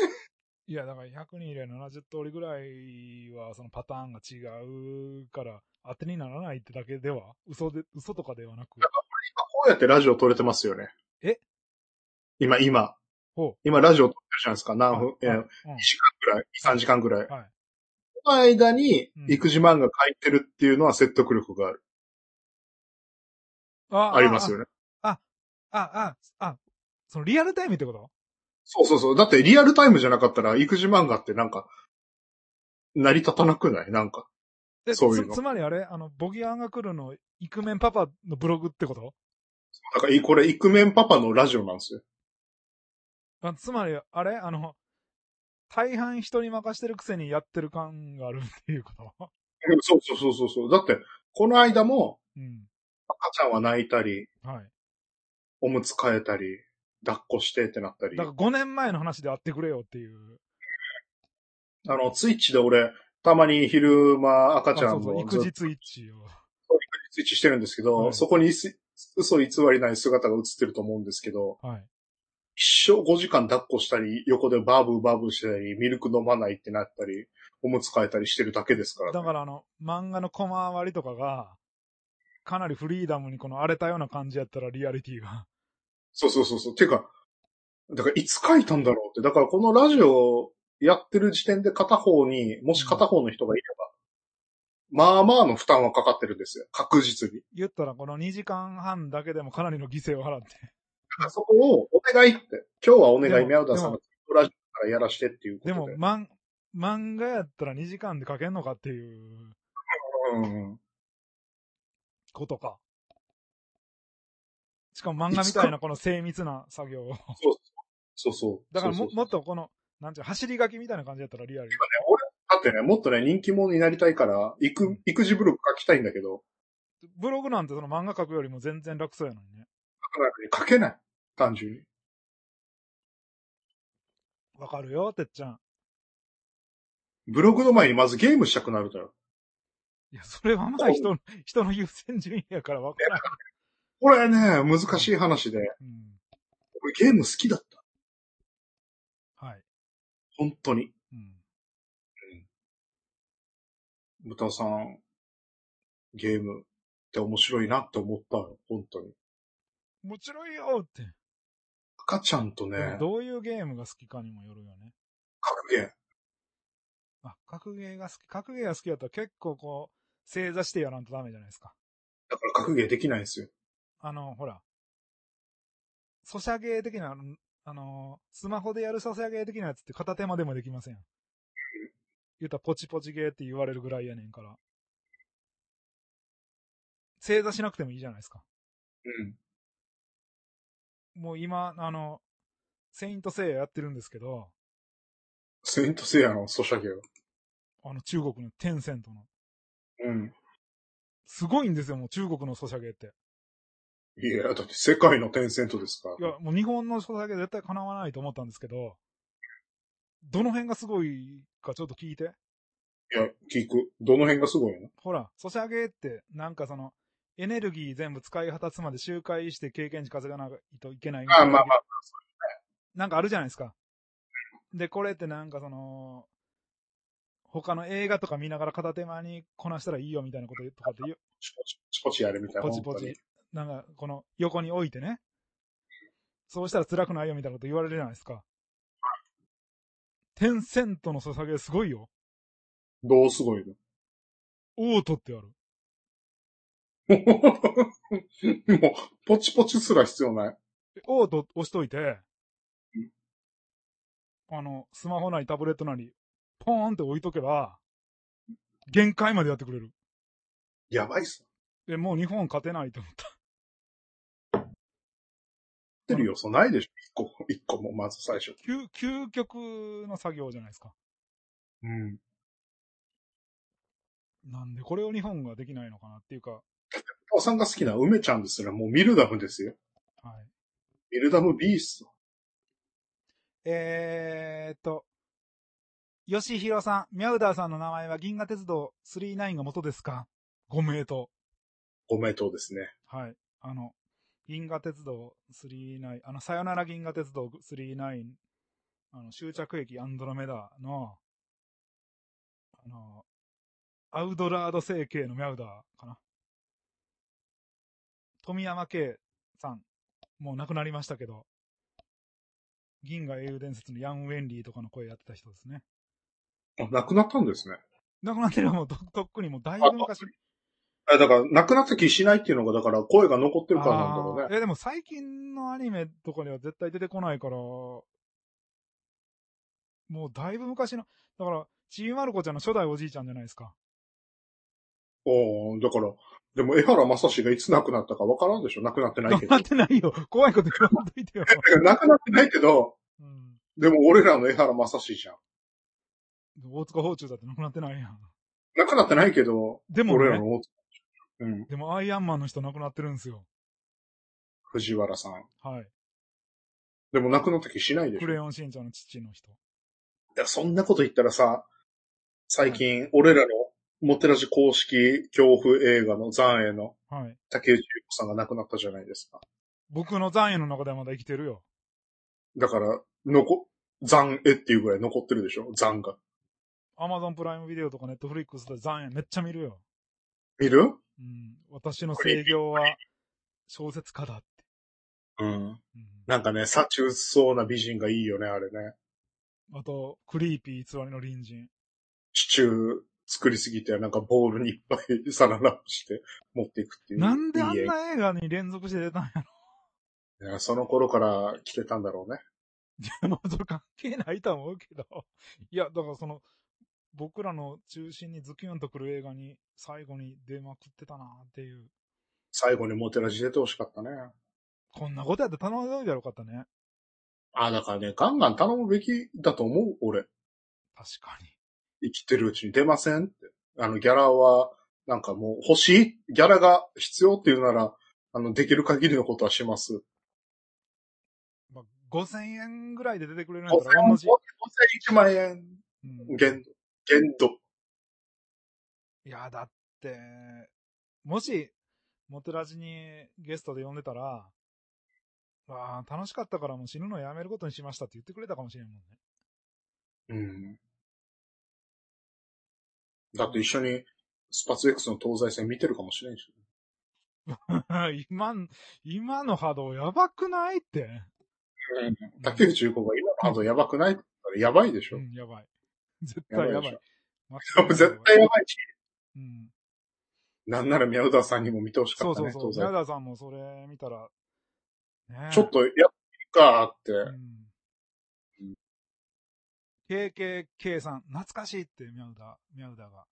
[SPEAKER 1] いや、だから100人いれば70通りぐらいは、そのパターンが違うから、当てにならないってだけでは、嘘で、嘘とかではなく。
[SPEAKER 2] こうやってラジオ撮れてますよね。
[SPEAKER 1] え
[SPEAKER 2] 今、今。
[SPEAKER 1] ほう。
[SPEAKER 2] 今ラジオ撮ってるじゃないですか。何
[SPEAKER 1] はい
[SPEAKER 2] 分、え
[SPEAKER 1] はい
[SPEAKER 2] ー、2時間くらい、3時間くらい。
[SPEAKER 1] うんはい。
[SPEAKER 2] その間に
[SPEAKER 1] うん
[SPEAKER 2] 育児漫画書いてるっていうのは説得力がある。
[SPEAKER 1] あ
[SPEAKER 2] ありますよね。
[SPEAKER 1] あ、あ、あ、あそのリアルタイムってこと
[SPEAKER 2] そうそうそう。だってリアルタイムじゃなかったら育児漫画ってなんか、成り立たなくないなんか。
[SPEAKER 1] え
[SPEAKER 2] そういうの
[SPEAKER 1] つつまりあれあの、ボギアンが来るの、イクメンパパのブログってこと
[SPEAKER 2] だから、いこれ、イクメンパパのラジオなんですよ。
[SPEAKER 1] あつまり、あれあの、大半人に任してるくせにやってる感があるっていうこと
[SPEAKER 2] そうそうそうそうそう。だって、この間も、
[SPEAKER 1] うん。
[SPEAKER 2] 赤ちゃんは泣いたり、
[SPEAKER 1] はい。
[SPEAKER 2] おむつ替えたり、抱っこしてってなったり
[SPEAKER 1] だか。ら5年前の話で会ってくれよっていう。
[SPEAKER 2] あの、ツイッチで俺、たまに昼間赤ちゃ
[SPEAKER 1] あそ
[SPEAKER 2] ん
[SPEAKER 1] うそう、
[SPEAKER 2] の
[SPEAKER 1] 育
[SPEAKER 2] ずっと
[SPEAKER 1] 児ツイッチを。
[SPEAKER 2] ツイッチしてるんですけど、
[SPEAKER 1] はい
[SPEAKER 2] そこにす嘘偽りない姿が映ってると思うんですけど、
[SPEAKER 1] はい。
[SPEAKER 2] 一生5時間抱っこしたり、横でバーブーバーブーしてたり、ミルク飲まないってなったり、おむつ替えたりしてるだけですから、
[SPEAKER 1] だからあの、漫画のコマ割りとかが、かなりフリーダムにこの荒れたような感じやったらリアリティが。
[SPEAKER 2] そうそうそうそう。てか、だからいつ書いたんだろうって。だからこのラジオやってる時点で片方に、もし片方の人がいれば、まあまあの負担はかかってるんですよ。確実に。
[SPEAKER 1] 言ったらこの2時間半だけでもかなりの犠牲を払って。
[SPEAKER 2] だからそこをお願いって。今日はお願
[SPEAKER 1] で
[SPEAKER 2] い、
[SPEAKER 1] も
[SPEAKER 2] ミャウダさん
[SPEAKER 1] で
[SPEAKER 2] がラジオからやらしてっていうこと
[SPEAKER 1] で
[SPEAKER 2] で。
[SPEAKER 1] も、まん、漫画やったら2時間で書けんのかっていう
[SPEAKER 2] うん。
[SPEAKER 1] ことか。しかも漫画みたいなこの精密な作業を。
[SPEAKER 2] そうそう。
[SPEAKER 1] だから
[SPEAKER 2] そ
[SPEAKER 1] も
[SPEAKER 2] うそうそう
[SPEAKER 1] もっとこの、なんていうの走り書きみたいな感じやったらリアル。
[SPEAKER 2] だってね、もっとね、人気者になりたいから、育、育児ブログ書きたいんだけど、
[SPEAKER 1] ブログなんてその漫画書くよりも全然楽そうやのにね。
[SPEAKER 2] だから書けない。単純に。
[SPEAKER 1] わかるよ、てっちゃん。
[SPEAKER 2] ブログの前にまずゲームしたくなるだよ。
[SPEAKER 1] いや、それはまあ人の、人の優先順位やからわからん。
[SPEAKER 2] これね、難しい話で、
[SPEAKER 1] うん。
[SPEAKER 2] 俺ゲーム好きだった。
[SPEAKER 1] はい。
[SPEAKER 2] 本当に。
[SPEAKER 1] うん。
[SPEAKER 2] ブタさん、ゲームって面白いなって思ったよ。本当に。
[SPEAKER 1] もちろんよって。
[SPEAKER 2] 赤ちゃんと
[SPEAKER 1] で
[SPEAKER 2] ね
[SPEAKER 1] も、どういうゲームが好きかにもよるよね。
[SPEAKER 2] 格ゲー。
[SPEAKER 1] あ、格ゲーが好き。格ゲーが好きだったら結構こう、正座してやらんとダメじゃないですか。
[SPEAKER 2] だから格ゲーできないんですよ。
[SPEAKER 1] あの、ほら。ソシャゲー的な、あのあの、スマホでやるソシャゲー的なやつって片手間でもできません。言うたらポチポチゲーって言われるぐらいやねんから。正座しなくてもいいじゃないですか。
[SPEAKER 2] うん。
[SPEAKER 1] もう今、あの、セイントセイヤやってるんですけど、
[SPEAKER 2] セイントセイヤのソシャゲを。
[SPEAKER 1] あの中国のテンセントの。
[SPEAKER 2] うん。
[SPEAKER 1] すごいんですよ、もう中国のソシャゲって。
[SPEAKER 2] いや、だって世界のテンセントですか
[SPEAKER 1] いや、もう日本のソシャゲ絶対叶わないと思ったんですけど、どの辺がすごいかちょっと聞いて。
[SPEAKER 2] ら。いや、聞く。どの辺がすごいの
[SPEAKER 1] ほら、ソシャゲって、なんかその、エネルギー全部使い果たすまで周回して経験値稼がないといけないみたい
[SPEAKER 2] あ
[SPEAKER 1] な
[SPEAKER 2] あ、まあまあ。
[SPEAKER 1] なんかあるじゃないですか。で、これってなんかその、他の映画とか見ながら片手間にこなしたらいいよみたいなこととかって言う、
[SPEAKER 2] ポチポチ、ポチポチやるみたいな。
[SPEAKER 1] ポチポ
[SPEAKER 2] 本当
[SPEAKER 1] チ
[SPEAKER 2] に。、
[SPEAKER 1] なんかこの横に置いてね。そうしたら辛くないよみたいなこと言われるじゃないですか。テンセントの捧げすごいよ。
[SPEAKER 2] どうすごいの
[SPEAKER 1] オートってある。
[SPEAKER 2] もう、ポチポチすら必要ない。
[SPEAKER 1] オート押しといて、あの、スマホなりタブレットなり、ポーンって置いとけば、限界までやってくれる。
[SPEAKER 2] やばいっす。
[SPEAKER 1] え、もう日本勝てないと思った。
[SPEAKER 2] ってる要素ないでしょ一個、一個も、まず最初。
[SPEAKER 1] 究、究極の作業じゃないですか。
[SPEAKER 2] うん。
[SPEAKER 1] なんでこれを日本ができないのかなっていうか、
[SPEAKER 2] お父さんが好きな梅ちゃんですら、もうミルダムですよ。
[SPEAKER 1] はい。
[SPEAKER 2] ミルダムビースト。
[SPEAKER 1] えーっと、吉弘さん、ミャウダーさんの名前は銀河鉄道39が元ですかご名答。
[SPEAKER 2] ご名答ですね。
[SPEAKER 1] はい。あの、銀河鉄道39、あの、さよなら銀河鉄道39、あの、終着駅アンドロメダの、あの、アウドラード成形のミャウダーかな。富山圭さん、もう亡くなりましたけど、銀河英雄伝説のヤン・ウェンリーとかの声やってた人ですね。
[SPEAKER 2] あ、亡くなったんですね。
[SPEAKER 1] 亡くなってるのはもうととっくにもうだいぶ昔。
[SPEAKER 2] え、だから、亡くなった気しないっていうのが、だから、声が残ってるからなんだろう
[SPEAKER 1] あー
[SPEAKER 2] ね。
[SPEAKER 1] え、でも最近のアニメとかには絶対出てこないから、もうだいぶ昔の、だから、ちびまる子ちゃんの初代おじいちゃんじゃないですか。
[SPEAKER 2] おーだから、でも、江原正史がいつ亡くなったかわからんでしょ亡くなってない
[SPEAKER 1] 頑
[SPEAKER 2] け ど。
[SPEAKER 1] 張
[SPEAKER 2] だ
[SPEAKER 1] っ
[SPEAKER 2] か
[SPEAKER 1] てないよ。怖いこと言わんといてよ。
[SPEAKER 2] ら亡くなってないけど、
[SPEAKER 1] うん。
[SPEAKER 2] でも俺らの江原正史じゃん。
[SPEAKER 1] 大塚包中だってなくなってないやん。
[SPEAKER 2] 亡くなってないけど、
[SPEAKER 1] でもね
[SPEAKER 2] 俺らの大津、うん、
[SPEAKER 1] でもアイアンマンの人亡くなってるんですよ。
[SPEAKER 2] 藤原さん。
[SPEAKER 1] はい。
[SPEAKER 2] でも亡くなった気しないでし
[SPEAKER 1] ク
[SPEAKER 2] ょ。い
[SPEAKER 1] レヨンしんちゃんの父の人。
[SPEAKER 2] や、そんなこと言ったらさ、最近、俺らの、モテラジ公式恐怖映画の残影の
[SPEAKER 1] はい。
[SPEAKER 2] 竹内結子さんが亡くなったじゃないですか。
[SPEAKER 1] 僕の残影の中ではまだ生きてるよ。
[SPEAKER 2] だから、残、残影っていうぐらい残ってるでしょ残が。
[SPEAKER 1] アマゾンプライムビデオとかネットフリックスで残影めっちゃ見るよ。
[SPEAKER 2] 見る
[SPEAKER 1] うん。私の制御は小説家だって。
[SPEAKER 2] うん。
[SPEAKER 1] うん
[SPEAKER 2] なんかね、幸薄そうな美人がいいよね、あれね。
[SPEAKER 1] あと、クリーピー偽りの隣人。
[SPEAKER 2] シチュー作りすぎて、なんかボールにいっぱいサラダをして持っていくっていう。
[SPEAKER 1] なんであん
[SPEAKER 2] いい
[SPEAKER 1] な映画に連続して出たんや
[SPEAKER 2] 絵いやその頃から来てたんだろうね。
[SPEAKER 1] ろ。まあ、それ関係ないとは思うけど。 いや、だからその、僕らの中心にズキュンとくる映画に最後に出まくってたなっていう。
[SPEAKER 2] 最後にモテラジ出てほしかったね。
[SPEAKER 1] こんなことやって頼んでおいたらよかったね。
[SPEAKER 2] あ、だからね、ガンガン頼むべきだと思う、俺。
[SPEAKER 1] 確かに。
[SPEAKER 2] 生きてるうちに出ませんって。あの、ギャラは、なんかもう欲しいギャラが必要っていうなら、あの、できる限りのことはします。
[SPEAKER 1] まあ、5000円ぐらいで出てくれるんや
[SPEAKER 2] 5000
[SPEAKER 1] ったら同じ。
[SPEAKER 2] 1万円、
[SPEAKER 1] うん
[SPEAKER 2] 限度、限度。
[SPEAKER 1] いや、だって、もし、モテラジにゲストで呼んでたら、わあ、楽しかったからもう死ぬのやめることにしましたって言ってくれたかもしれんもんね。
[SPEAKER 2] うん。だって一緒に、スパツ X の東西線見てるかもしれんし。
[SPEAKER 1] 今ん、今の波動やばくないって。
[SPEAKER 2] 竹内結子が今のハードやばくないって言ったらやばいでし
[SPEAKER 1] う
[SPEAKER 2] ょ。
[SPEAKER 1] ん、やばい。絶対やばい。間違
[SPEAKER 2] や
[SPEAKER 1] いない
[SPEAKER 2] 絶対やばいし。
[SPEAKER 1] うん。
[SPEAKER 2] なんなら宮田さんにも見てほしか
[SPEAKER 1] そう
[SPEAKER 2] った
[SPEAKER 1] そ
[SPEAKER 2] ね、
[SPEAKER 1] うそう。
[SPEAKER 2] 東西
[SPEAKER 1] 宮田さんもそれ見たら、ねえ
[SPEAKER 2] ちょっ、と、やってみるかって。
[SPEAKER 1] うん。KKK さん、懐かしいって、宮田、宮田が。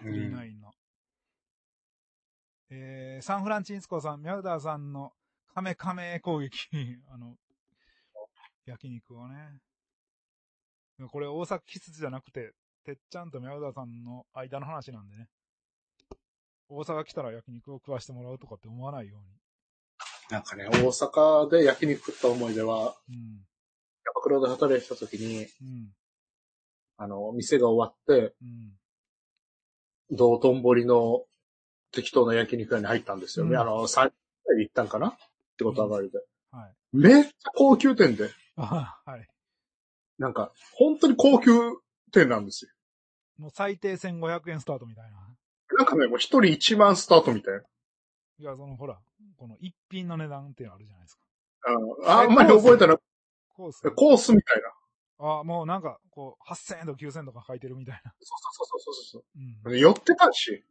[SPEAKER 2] うん
[SPEAKER 1] 39の。えー、サン フランチスコさん、ミャウダーさんのカメカメ攻撃、あの、焼肉をね。でもこれ大阪キスじゃなくて、てっちゃんと宮沢さんの間の話なんでね。大阪来たら焼肉を食わしてもらうとかって思わないよ
[SPEAKER 2] なんかね、大阪で焼肉食った思い出は、
[SPEAKER 1] うに。
[SPEAKER 2] キャバクラで働いてた時に、
[SPEAKER 1] うん。うん。
[SPEAKER 2] あの、店が終わって、
[SPEAKER 1] うん。
[SPEAKER 2] 道頓堀の適当な焼肉屋に入ったんですよね。
[SPEAKER 1] うん
[SPEAKER 2] あの、3回で行ったんかなってこと上がりで。
[SPEAKER 1] はい。
[SPEAKER 2] めっちゃ高級店で、
[SPEAKER 1] あ はい。
[SPEAKER 2] なんか、本当に高級店なんですよ。
[SPEAKER 1] もう最低1500円スタートみたいな。
[SPEAKER 2] なんかね、もう一人一万スタートみたいな。
[SPEAKER 1] いや、そのほら、この一品の値段っていうのあるじゃないですか。
[SPEAKER 2] あのあんまり覚えたら、
[SPEAKER 1] コース。
[SPEAKER 2] コースみたいな。
[SPEAKER 1] あ、もうなんか、こう、8000円とか9000円とか書いてるみたいな。
[SPEAKER 2] そうそうそうそうそううそ
[SPEAKER 1] ん。
[SPEAKER 2] う。寄ってたし、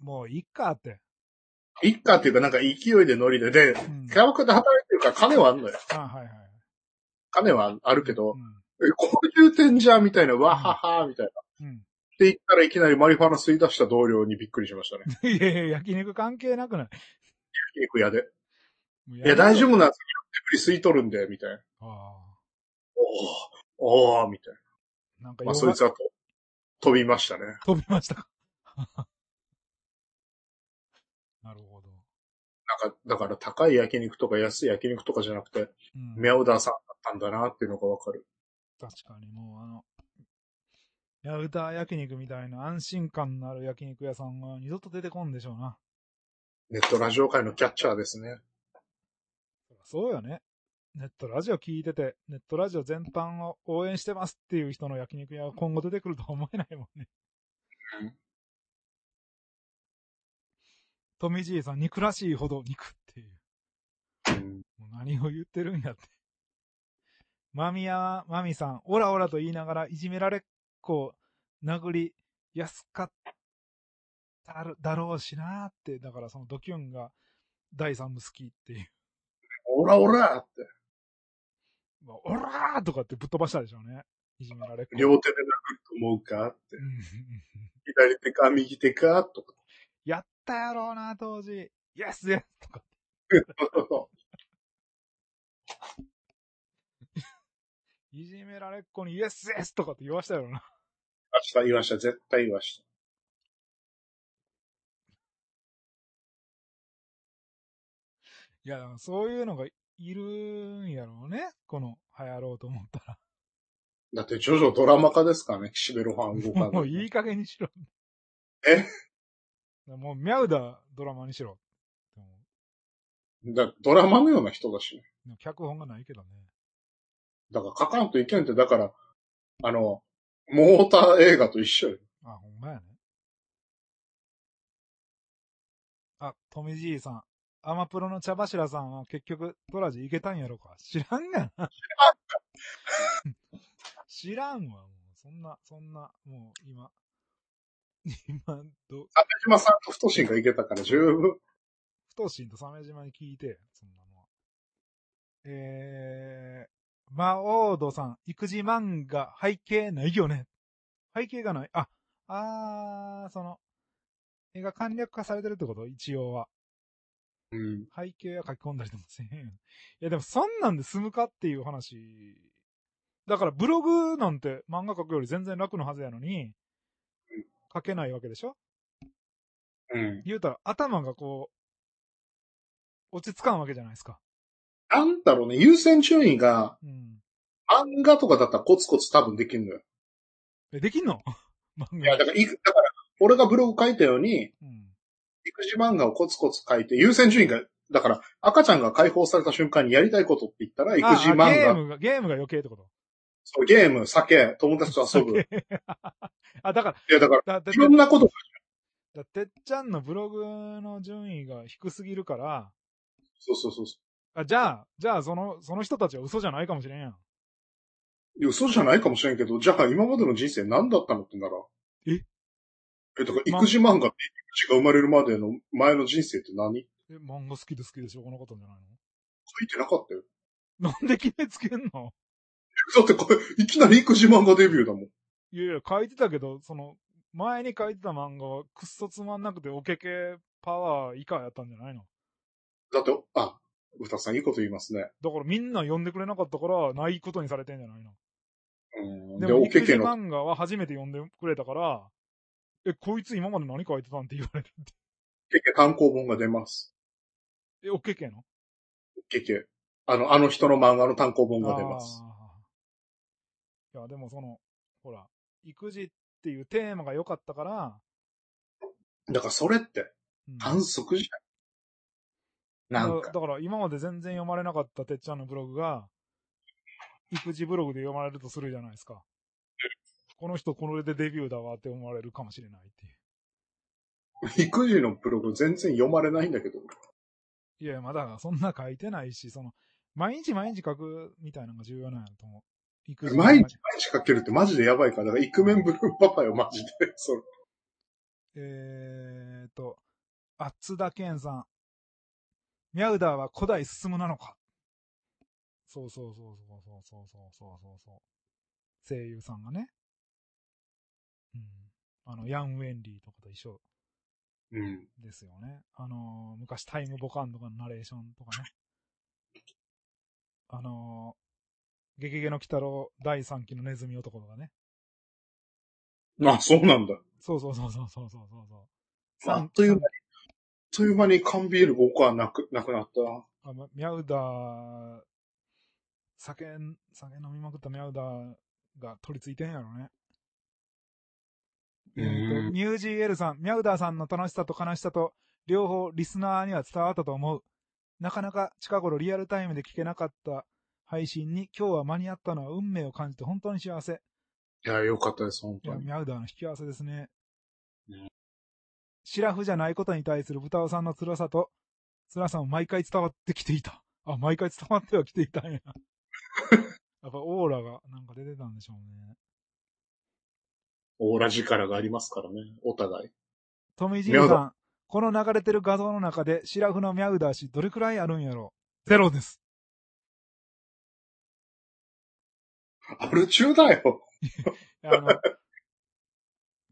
[SPEAKER 1] もう、いっかって。
[SPEAKER 2] 一家っていうかなんか勢いで乗りで、で、
[SPEAKER 1] うん。
[SPEAKER 2] キャバクラで働いてるから金はあんのよ。
[SPEAKER 1] あはいはい。
[SPEAKER 2] 金はあるけど
[SPEAKER 1] う、ん。
[SPEAKER 2] え高級店じゃんみたいな、わはは、みたいな。
[SPEAKER 1] うん。
[SPEAKER 2] って言ったらいきなりマリファナ吸い出した同僚にびっくりしましたね。
[SPEAKER 1] いやいや、焼肉関係なくない
[SPEAKER 2] 焼肉屋で。
[SPEAKER 1] もう
[SPEAKER 2] いや、大丈夫なんですよ。ゆっくり吸い取るんで、みたいな。
[SPEAKER 1] ああ。
[SPEAKER 2] おー、おー、みたい
[SPEAKER 1] なんか
[SPEAKER 2] な。まあ、
[SPEAKER 1] よ
[SPEAKER 2] そいつはと飛びましたね。
[SPEAKER 1] 飛びましたか。 なるほど。
[SPEAKER 2] なんか、だから高い焼肉とか安い焼肉とかじゃなくて、
[SPEAKER 1] うん、
[SPEAKER 2] ミャウダーさんだったんだなっていうのがわかる。
[SPEAKER 1] 確かにもうあの、ヤウタ焼肉みたいな安心感のある焼肉屋さんは二度と出てこんでしょうな。
[SPEAKER 2] ネットラジオ界のキャッチャーですね。
[SPEAKER 1] そうよね。ネットラジオ聞いてて、ネットラジオ全般を応援してますっていう人の焼肉屋は今後出てくるとは思えないもんね
[SPEAKER 2] うん。
[SPEAKER 1] 富爺さん、肉らしいほど肉っていう。
[SPEAKER 2] うん
[SPEAKER 1] もう何を言ってるんやって。マミヤ、マミさん、オラオラと言いながらいじめられっ子を殴り、安かったるだろうしなーって、だからそのドキュンが第三部好きっていう。
[SPEAKER 2] オラオラって。
[SPEAKER 1] まあ、オラーとかってぶっ飛ばしたでしょうね。いじめられっ子。
[SPEAKER 2] 両手で殴ると思うかって
[SPEAKER 1] う。ん
[SPEAKER 2] 左手か右手かとか。
[SPEAKER 1] やったやろうな、当時。イエスイエスとか。いじめられっ子にイエスイエスとかって言わしたやろうな。
[SPEAKER 2] 明日言わした、絶対言わした。
[SPEAKER 1] いや、そういうのがいるんやろうね。この、流行ろうと思ったら。
[SPEAKER 2] だって、ジョジョドラマ化ですからね、岸辺露伴動か
[SPEAKER 1] もう
[SPEAKER 2] ない。
[SPEAKER 1] いい加減にしろ。
[SPEAKER 2] え
[SPEAKER 1] もうミャウダドラマにしろ。でも
[SPEAKER 2] だドラマのような人だしね。
[SPEAKER 1] でも脚本がないけどね。
[SPEAKER 2] だから、書かんといけんって、だから、あの、モーター映画と一緒よ。
[SPEAKER 1] あ、ほんまやね。あ、富じいさん。アマプロの茶柱さんは結局、トラジ行けたんやろか。知らんがな。知らんわ、もう。そんな、そんな、もう今。今、ど、
[SPEAKER 2] 中島さんと太心がいけたから十分。
[SPEAKER 1] ふとしんと鮫島に聞いて、そんなのは。えー、魔王ドさん、育児漫画、背景ないよね。背景がない。あ、あー、その、絵が簡略化されてるってこと一応は。
[SPEAKER 2] うん。
[SPEAKER 1] 背景は書き込んだりとかせん。いや、でもそんなんで済むかっていう話。だからブログなんて漫画書くより全然楽のはずやのに
[SPEAKER 2] うん、
[SPEAKER 1] 書けないわけでしょ
[SPEAKER 2] うん。
[SPEAKER 1] 言うたら頭がこう、落ち着かんわけじゃないですか。
[SPEAKER 2] なんだろうね、優先順位が、
[SPEAKER 1] うん。
[SPEAKER 2] 漫画とかだったらコツコツ多分できるのよ。
[SPEAKER 1] え、できんの 漫
[SPEAKER 2] い
[SPEAKER 1] 画。
[SPEAKER 2] や、だから、いだから、俺がブログ書いたように、
[SPEAKER 1] うん。
[SPEAKER 2] 育児漫画をコツコツ書いて、優先順位が、だから、赤ちゃんが解放された瞬間にやりたいことって言ったら、育児漫
[SPEAKER 1] ああゲー
[SPEAKER 2] 画、
[SPEAKER 1] ムが、ゲームが余計ってこと
[SPEAKER 2] そうゲーム、酒、友達と遊ぶ。い
[SPEAKER 1] あ、だから、
[SPEAKER 2] や、だから、
[SPEAKER 1] だ、だ、
[SPEAKER 2] いろんなこと、
[SPEAKER 1] だ、てっちゃんのブログの順位が低すぎるから、
[SPEAKER 2] そうそうそうそ
[SPEAKER 1] あ、じゃあ、じゃあ、その、その人たちは嘘じゃないかもしれんやん。
[SPEAKER 2] う。いや、嘘じゃないかもしれんけど、じゃあ今までの人生何だったのってなら。
[SPEAKER 1] え
[SPEAKER 2] え、だから、育児漫画って、育児が生まれるまでの前の人生って何
[SPEAKER 1] え、漫画好きで好きでしょこのことじゃない
[SPEAKER 2] 書いてなかったよ。
[SPEAKER 1] の なんで決めつけんの
[SPEAKER 2] だってこれ、いきなり育児漫画デビューだもん。
[SPEAKER 1] いやいや、書いてたけど、その、前に書いてた漫画はくっそつまんなくて、おけけパワー以下やったんじゃないの
[SPEAKER 2] だって、あ、歌さんいいこと言いますね。
[SPEAKER 1] だからみんな呼んでくれなかったから、ないことにされてんじゃないの。
[SPEAKER 2] うん。
[SPEAKER 1] で
[SPEAKER 2] で、
[SPEAKER 1] も、
[SPEAKER 2] お
[SPEAKER 1] イケ
[SPEAKER 2] け
[SPEAKER 1] け
[SPEAKER 2] け
[SPEAKER 1] 漫画
[SPEAKER 2] の、
[SPEAKER 1] は初めて呼んでくれたから、え、こいつ今まで何書いてたんって言われるって。
[SPEAKER 2] けけ単行本が出ます。
[SPEAKER 1] え、おけけの
[SPEAKER 2] おけけ。あの、あの人の漫画の単行本が出ます。
[SPEAKER 1] あーいや、でもその、ほら、育児っていうテーマが良かったから、
[SPEAKER 2] だからそれって
[SPEAKER 1] うん
[SPEAKER 2] 反則じゃん。なん
[SPEAKER 1] だ
[SPEAKER 2] か、
[SPEAKER 1] だから今まで全然読まれなかったてっちゃんのブログが、育児ブログで読まれるとするじゃないですか。この人これでデビューだわって思われるかもしれないっていう。
[SPEAKER 2] 育児のブログ全然読まれないんだけど。
[SPEAKER 1] いや、まだそんな書いてないし、その、毎日毎日書くみたいなのが重要なんやと思う。育児
[SPEAKER 2] 毎日毎日書けるってマジでやばいから、だからイクメンブルーパパよ、マジで。 それ。
[SPEAKER 1] えーっと、あ津田健さん。ミャウダーは古代進むなのか。そうそうそうそうそうそうそうそうそうそう。声優さんがね。うん。あの、ヤン・ウェンリーとかと一緒
[SPEAKER 2] うん。
[SPEAKER 1] ですよね。あのー昔タイムボカンとかのナレーションとかね。あのーゲゲゲの鬼太郎第3期のネズミ男とかね。
[SPEAKER 2] あ、そうなんだ。
[SPEAKER 1] そうそうそうそうそうそうそうそう。
[SPEAKER 2] あっという間に、あっという間に缶ビール5個はなく、なくなったな。
[SPEAKER 1] あまミャウダー、酒、酒飲みまくったミャウダーが取り付いてんやろね。
[SPEAKER 2] う
[SPEAKER 1] え
[SPEAKER 2] ん
[SPEAKER 1] ーと、ミュージーエルさん、ミャウダーさんの楽しさと悲しさと、両方リスナーには伝わったと思う。なかなか近頃リアルタイムで聞けなかった配信に今日は間に合ったのは運命を感じて本当に幸せ。
[SPEAKER 2] いや、よかったです、本
[SPEAKER 1] い
[SPEAKER 2] 当
[SPEAKER 1] や、
[SPEAKER 2] に。
[SPEAKER 1] ミャウダーの引き合わせですね
[SPEAKER 3] うん。
[SPEAKER 1] シラフじゃないことに対する豚尾さんの辛さと、辛さも毎回伝わってきていた。あ、毎回伝わってはきてい たんや。やっぱオーラがなんか出てたんでしょうね。
[SPEAKER 2] オーラ力がありますからね、お互い。
[SPEAKER 1] 富士
[SPEAKER 2] ミャウダ
[SPEAKER 1] さん、この流れてる画像の中でシラフのミャウダー氏どれくらいあるんやろうゼロです。
[SPEAKER 2] アル中だよ。
[SPEAKER 1] いやあの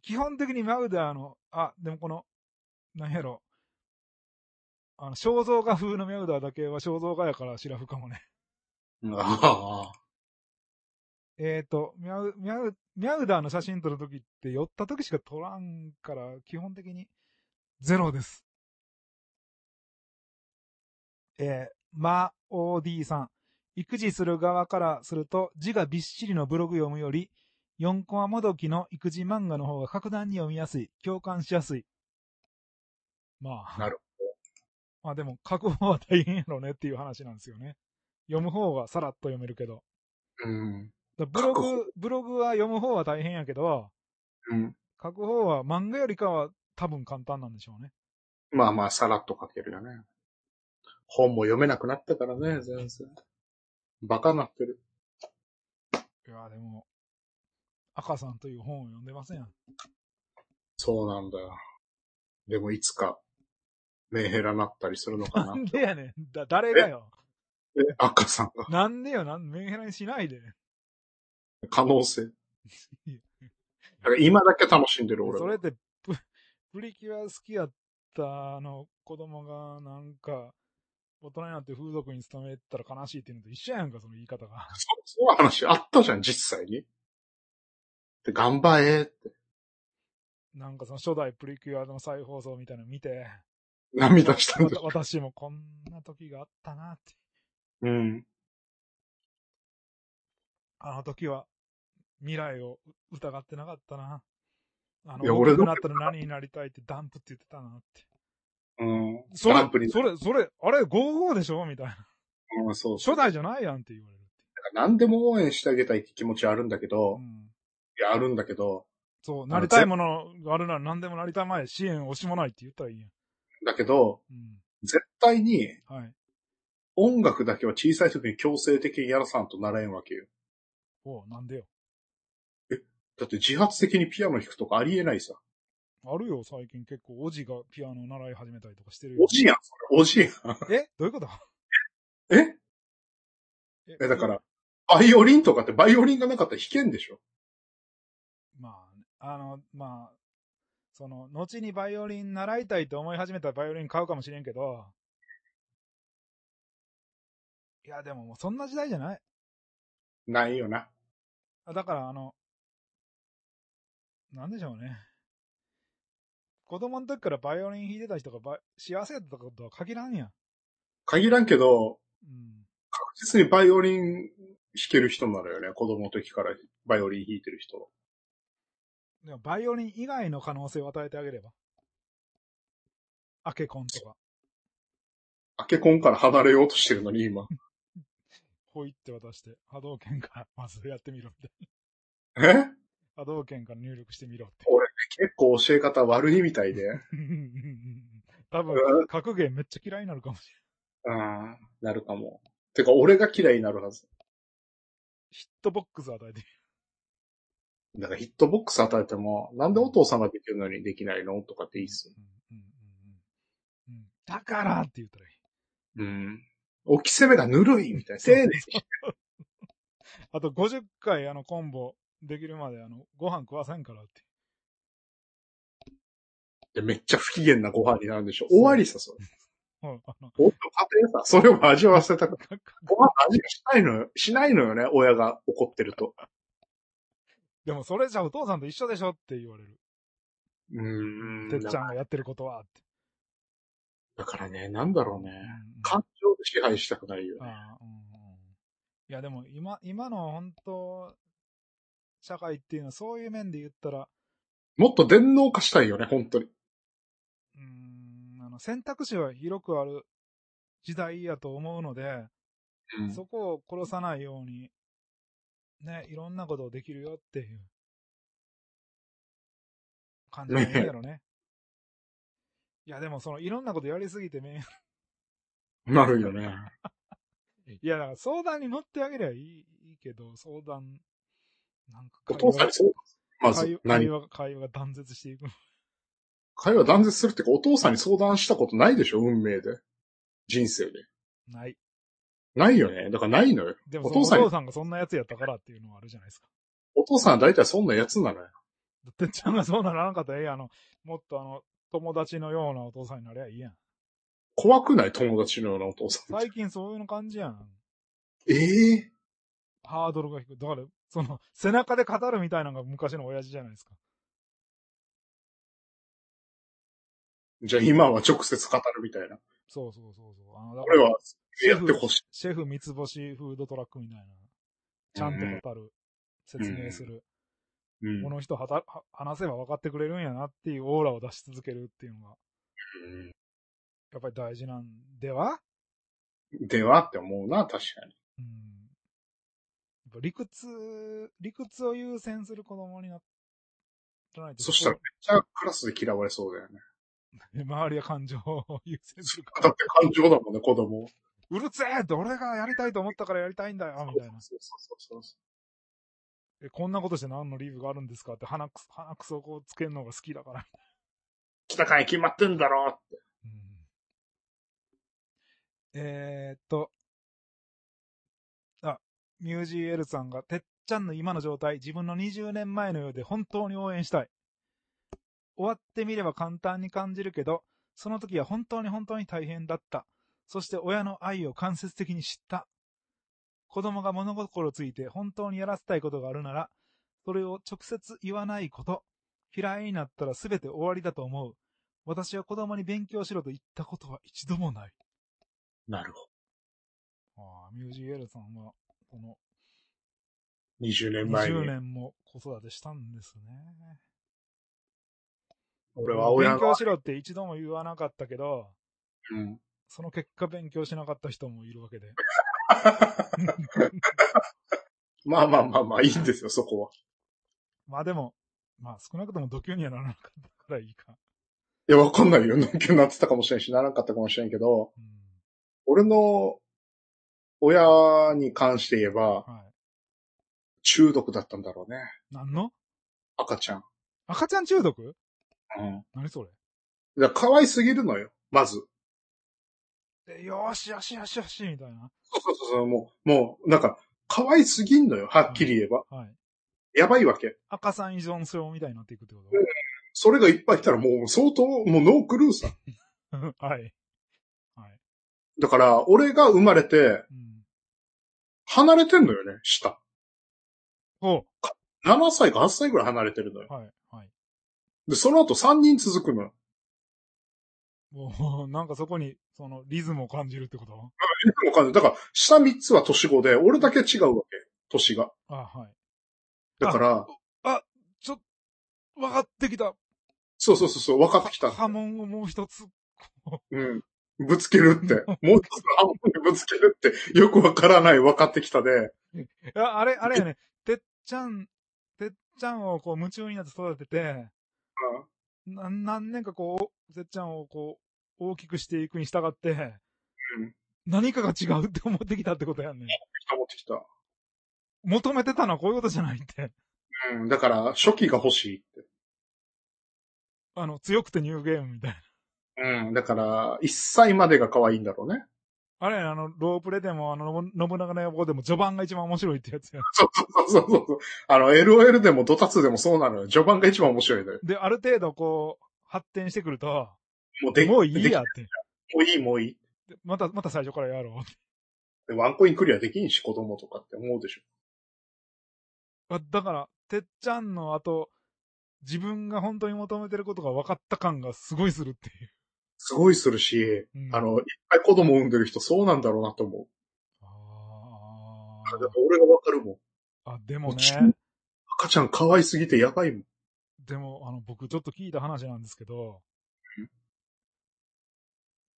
[SPEAKER 1] 基本的にミャウダーの、あ、でもこの、なんやろあの、肖像画風のミャウダーだけは肖像画やからシラフかもね。
[SPEAKER 2] ああ。
[SPEAKER 1] えっ、と、ミャウ、ミャウ、ミャウダーの写真撮るときって寄ったときしか撮らんから、基本的にゼロです。えー、マオーディさん。育児する側からすると字がびっしりのブログ読むより、4コマもどきの育児漫画の方が格段に読みやすい、共感しやすい。まあ。
[SPEAKER 2] なる
[SPEAKER 1] まあでも、書く方は大変やろねっていう話なんですよね。読む方がさらっと読めるけど。
[SPEAKER 2] うん。
[SPEAKER 1] だからブロ
[SPEAKER 2] 書
[SPEAKER 1] グ、ブログは読む方は大変やけど、
[SPEAKER 2] うん。
[SPEAKER 1] 書く方は漫画よりかは多分簡単なんでしょうね。
[SPEAKER 2] まあまあ、さらっと書けるよね。本も読めなくなったからね、全然。バカになってる。
[SPEAKER 1] いや、でも、赤さんという本を読んでません。
[SPEAKER 2] そうなんだよ。でもいつか、メンヘラなったりするのか
[SPEAKER 1] な
[SPEAKER 2] な。
[SPEAKER 1] んでやねん。だ、誰がよ。
[SPEAKER 2] え、赤さんが。
[SPEAKER 1] なんでよ、なん、メンヘラにしないで。
[SPEAKER 2] 可能性。だ
[SPEAKER 1] いや
[SPEAKER 2] から今だけ楽しんでる俺は。
[SPEAKER 1] それってプ、プリキュア好きやったあの子供がなんか、大人になって風俗に勤めたら悲しいっていうのと一緒やんか、その言い方が。
[SPEAKER 2] そそういう話あったじゃん、実際に。で、頑張れって。
[SPEAKER 1] なんかその初代プリキュアの再放送みたいなの見 て、
[SPEAKER 2] 涙したん
[SPEAKER 1] わ
[SPEAKER 2] だ
[SPEAKER 1] た
[SPEAKER 2] よ。
[SPEAKER 1] 私もこんな時があったなって。
[SPEAKER 2] うん。
[SPEAKER 1] あの時は未来を疑ってなかったな。あ
[SPEAKER 2] いや
[SPEAKER 1] の、
[SPEAKER 2] 俺
[SPEAKER 1] 大
[SPEAKER 2] だ
[SPEAKER 1] きくなったら何になりたいってダンプって言ってたなって。
[SPEAKER 2] うん。
[SPEAKER 1] それ
[SPEAKER 2] ランプ、に、
[SPEAKER 1] それ、それ、あれ、55でしょみたいな。
[SPEAKER 2] うん、そう。
[SPEAKER 1] 初代じゃないやんって言われるって。
[SPEAKER 2] 何でも応援してあげたいって気持ちはあるんだけ
[SPEAKER 1] う
[SPEAKER 2] ど、
[SPEAKER 1] ん。
[SPEAKER 2] いや、あるんだけど、
[SPEAKER 1] そう、なりたいものがあるなら何でもなりたいまえ支援惜しもないって言ったらいいやん。
[SPEAKER 2] だけど、
[SPEAKER 1] う
[SPEAKER 2] 絶対に
[SPEAKER 1] ん。はい。
[SPEAKER 2] 音楽だけは小さい時に強制的にやらさんとなれんわけよ。
[SPEAKER 1] おうなんでよ。
[SPEAKER 2] だって自発的にピアノ弾くとかありえないさ。
[SPEAKER 1] あるよ、最近結構、おじがピアノ習い始めたりとかしてるよ
[SPEAKER 2] お。じやん、それ。おじやん。
[SPEAKER 1] えどういうこと
[SPEAKER 2] え
[SPEAKER 1] え
[SPEAKER 2] え、だから、バイオリンとかってバイオリンがなかったら弾けんでしょ
[SPEAKER 1] まあね、あの、まあ、その、後にバイオリン習いたいと思い始めたらバイオリン買うかもしれんけど、いや、でももうそんな時代じゃない。
[SPEAKER 2] ないよな。
[SPEAKER 1] あだから、あの、なんでしょうね。子供の時からバイオリン弾いてた人がバイ幸せだったことは限らんやん。
[SPEAKER 2] 限らんけど、
[SPEAKER 1] うん。
[SPEAKER 2] 確実にバイオリン弾ける人なのよね。子供の時からバイオリン弾いてる人。
[SPEAKER 1] でも、バイオリン以外の可能性を与えてあげれば。アケコンとか、
[SPEAKER 2] アケコンから離れようとしてるのに今。
[SPEAKER 1] ほいって渡して、波動拳からまずやってみろみたい
[SPEAKER 2] え
[SPEAKER 1] な。波動拳から入力してみろって。
[SPEAKER 2] 結構教え方悪いみたいで。
[SPEAKER 1] 多分、格ゲーめっちゃ嫌いになるかもしれない。
[SPEAKER 2] うん。なるかも。てか、俺が嫌いになるはず。
[SPEAKER 1] ヒットボックス与えて
[SPEAKER 2] だからヒットボックス与えても、なんでお父さんができるのにできないのとかっていいっすよ。
[SPEAKER 1] うんうんうんうんうんだからって言ったらいい。
[SPEAKER 2] うん。置き攻めがぬるいみたいな。丁寧に
[SPEAKER 1] あと50回あのコンボできるまであのご飯食わせんからって。
[SPEAKER 2] でめっちゃ不機嫌なご飯になるんでしょ。終わりさ、それ。
[SPEAKER 1] うん あの
[SPEAKER 2] おっと、家庭さ、それを味わわせたく。
[SPEAKER 1] かか
[SPEAKER 2] ご飯の味がしないのよ。しないのよね、親が怒ってると。
[SPEAKER 1] でもそれじゃお父さんと一緒でしょって言われる。
[SPEAKER 2] う
[SPEAKER 1] て
[SPEAKER 2] ー
[SPEAKER 1] っ
[SPEAKER 2] ん。
[SPEAKER 1] ちゃんがやってることはって。
[SPEAKER 2] だからね、なんだろうね。
[SPEAKER 1] うん
[SPEAKER 2] 感情で支配したくないよね。
[SPEAKER 1] ああうんうんいやでも今、今の本当、社会っていうのはそういう面で言ったら、
[SPEAKER 2] もっと電脳化したいよね、本当に。
[SPEAKER 1] うーん、あの選択肢は広くある時代やと思うので、
[SPEAKER 2] うん
[SPEAKER 1] そこを殺さないように、ね、いろんなことをできるよっていう感じがいいんやろね。いや、でもその、いろんなことやりすぎてね、
[SPEAKER 2] なるよね。
[SPEAKER 1] いや、だから相談に乗ってあげりゃいいいいけど、相談、なんか
[SPEAKER 2] お
[SPEAKER 1] 会
[SPEAKER 2] 父さん
[SPEAKER 1] 話
[SPEAKER 2] にそう。ま
[SPEAKER 1] 会
[SPEAKER 2] ず
[SPEAKER 1] 話、会
[SPEAKER 2] 何
[SPEAKER 1] 話会話が断絶していく。
[SPEAKER 2] 会話断絶するってか、お父さんに相談したことないでしょ運命で。人生で。
[SPEAKER 1] ない。
[SPEAKER 2] ないよね。だからないのよ。
[SPEAKER 1] でも
[SPEAKER 2] お
[SPEAKER 1] そのお
[SPEAKER 2] 父さんに
[SPEAKER 1] 父さんがそんなやつやったからっていうのはあるじゃないですか。
[SPEAKER 2] お父さんは大体そんなやつなのよ。
[SPEAKER 1] だってっちゃんがそうならなかったらええやんあの、もっとあの、友達のようなお父さんになりゃいいやん。
[SPEAKER 2] 怖くない友達のようなお父さん。
[SPEAKER 1] 最近そういうの感じやん。
[SPEAKER 2] ええ
[SPEAKER 1] ハードルが低い。だから、その、背中で語るみたいなのが昔の親父じゃないですか。
[SPEAKER 2] じゃあ今は直接語るみたいな。
[SPEAKER 1] そうそうそうそう。あの、だか
[SPEAKER 2] 俺
[SPEAKER 1] ら、
[SPEAKER 2] は、やってほしい。
[SPEAKER 1] シェフ三つ星フードトラックみたいな。ちゃんと語る。説明する。
[SPEAKER 2] うん
[SPEAKER 1] この人はたは話せば分かってくれるんやなっていうオーラを出し続けるっていうのが、やっぱり大事なんでは
[SPEAKER 2] ではって思うな、確かに。
[SPEAKER 1] うん。やっぱ理屈、理屈を優先する子供にならないと。
[SPEAKER 2] そしたらめっちゃクラスで嫌われそうだよね。
[SPEAKER 1] 周りは感情を優先するか
[SPEAKER 2] だっ
[SPEAKER 1] ら。
[SPEAKER 2] て感情だもんね、子供。
[SPEAKER 1] うるせえって俺がやりたいと思ったからやりたいんだよみたいな。
[SPEAKER 2] そうそうそうそ
[SPEAKER 1] えこんなことして何の理由があるんですかって鼻くそ、鼻くそをこうつけるのが好きだから。
[SPEAKER 2] う。たかに決まってんだろって。
[SPEAKER 1] うん、えー、っと。あ、ミュージーエルさんが、てっちゃんの今の状態、自分の20年前のようで本当に応援したい。終わってみれば簡単に感じるけど、その時は本当に本当に大変だった。そして親の愛を間接的に知った。子供が物心ついて本当にやらせたいことがあるなら、それを直接言わないこと。嫌いになったら全て終わりだと思う。私は子供に勉強しろと言ったことは一度もない。
[SPEAKER 2] なるほ
[SPEAKER 1] ああ、ミュージーエルさんは、この
[SPEAKER 2] ど。20年前
[SPEAKER 1] 20
[SPEAKER 2] に。
[SPEAKER 1] 年も子育てしたんですね。
[SPEAKER 2] 俺は親
[SPEAKER 1] 勉強
[SPEAKER 2] が、
[SPEAKER 1] しろって一度も言わなかったけど、
[SPEAKER 2] うん、
[SPEAKER 1] その結果勉強しなかった人もいるわけで。
[SPEAKER 2] まあまあまあまあ、いいんですよ、そこは。
[SPEAKER 1] まあでも、まあ少なくとも度胸にはならなかったからいいか。
[SPEAKER 2] いや、わかんないよ。 何になってたかもしれんし、ならんかったかもしれんけど、
[SPEAKER 1] うん。
[SPEAKER 2] 俺の親に関して言えば、
[SPEAKER 1] はい。
[SPEAKER 2] 中毒だったんだろうね。
[SPEAKER 1] 何の
[SPEAKER 2] 赤ちゃん。
[SPEAKER 1] 赤ちゃん中毒
[SPEAKER 2] うん。
[SPEAKER 1] 何それ
[SPEAKER 2] だから可愛すぎるのよ、まず。
[SPEAKER 1] でよーしよしよしよしみたいな。
[SPEAKER 2] そうそうそうそう、もう、もう、なんか、可愛すぎんのよ、はっきり言えば。
[SPEAKER 1] はい。
[SPEAKER 2] やばいわけ。
[SPEAKER 1] 赤さん依存症みたいになっていくってこ
[SPEAKER 2] それがいっぱい来たらもう相当、もうノークルーさ。
[SPEAKER 1] と はい。はい。
[SPEAKER 2] だから、俺が生まれて、
[SPEAKER 1] うん。
[SPEAKER 2] 離れてんのよね、下。
[SPEAKER 1] ほ
[SPEAKER 2] 7歳か8歳ぐらい離れてるのよ
[SPEAKER 1] う。。はい。はい。
[SPEAKER 2] で、その後3人続くのよ。
[SPEAKER 1] もう、なんかそこに、その、リズムを感じるってこと
[SPEAKER 2] お金だから、下3つは年子で、俺だけ違うわけ。年が。
[SPEAKER 1] あ、はい。
[SPEAKER 2] だから、
[SPEAKER 1] 分かってきた。
[SPEAKER 2] そうそうそうそう、分かってきた。
[SPEAKER 1] 波紋をもう一つ。
[SPEAKER 2] うん。ぶつけるって。もう一つの半分でぶつけるって、よくわからない分かってきたで。
[SPEAKER 1] ああれ、あれやね。てっちゃん、てっちゃんをこう夢中になって育てて、な何年かこう、てっちゃんをこう、大きくしていくに従って、
[SPEAKER 2] うん
[SPEAKER 1] 何かが違うって思ってきたってことやね。
[SPEAKER 2] 下持ってきた。
[SPEAKER 1] 求めてたのはこういうことじゃないって。
[SPEAKER 2] うん。だから、初期が欲しいって。
[SPEAKER 1] あの、強くてニューゲームみたいな。
[SPEAKER 2] うん。だから、1歳までが可愛いんだろうね。
[SPEAKER 1] あれやね、あの、ロープレでも、あの、信長の野望でも序盤が一番面白いってやつや。
[SPEAKER 2] そうそうそうそうそう。あの、LOL でもドタツでもそうなのよ。序盤が一番面白いのよ。
[SPEAKER 1] で、ある程度こう、発展してくると、
[SPEAKER 2] もうで
[SPEAKER 1] もういい
[SPEAKER 2] でき
[SPEAKER 1] や
[SPEAKER 2] も
[SPEAKER 1] って。
[SPEAKER 2] ういい、もういい。
[SPEAKER 1] でまた、また最初からやろう。
[SPEAKER 2] でワンコインクリアできんし、子供とかって思うでしょ。
[SPEAKER 1] あだから、てっちゃんの後、自分が本当に求めてることが分かった感がすごいするっていう。
[SPEAKER 2] すごいするし、
[SPEAKER 1] うん
[SPEAKER 2] あ、の、いっぱい子供産んでる人そうなんだろうなと思う。
[SPEAKER 1] あ
[SPEAKER 2] だから俺がわかるもん。
[SPEAKER 1] ーあ、でも
[SPEAKER 2] うち
[SPEAKER 1] ね、
[SPEAKER 2] 赤ちゃん可愛すぎてやばいもん。
[SPEAKER 1] でも、あの、僕ちょっと聞いた話なんですけど、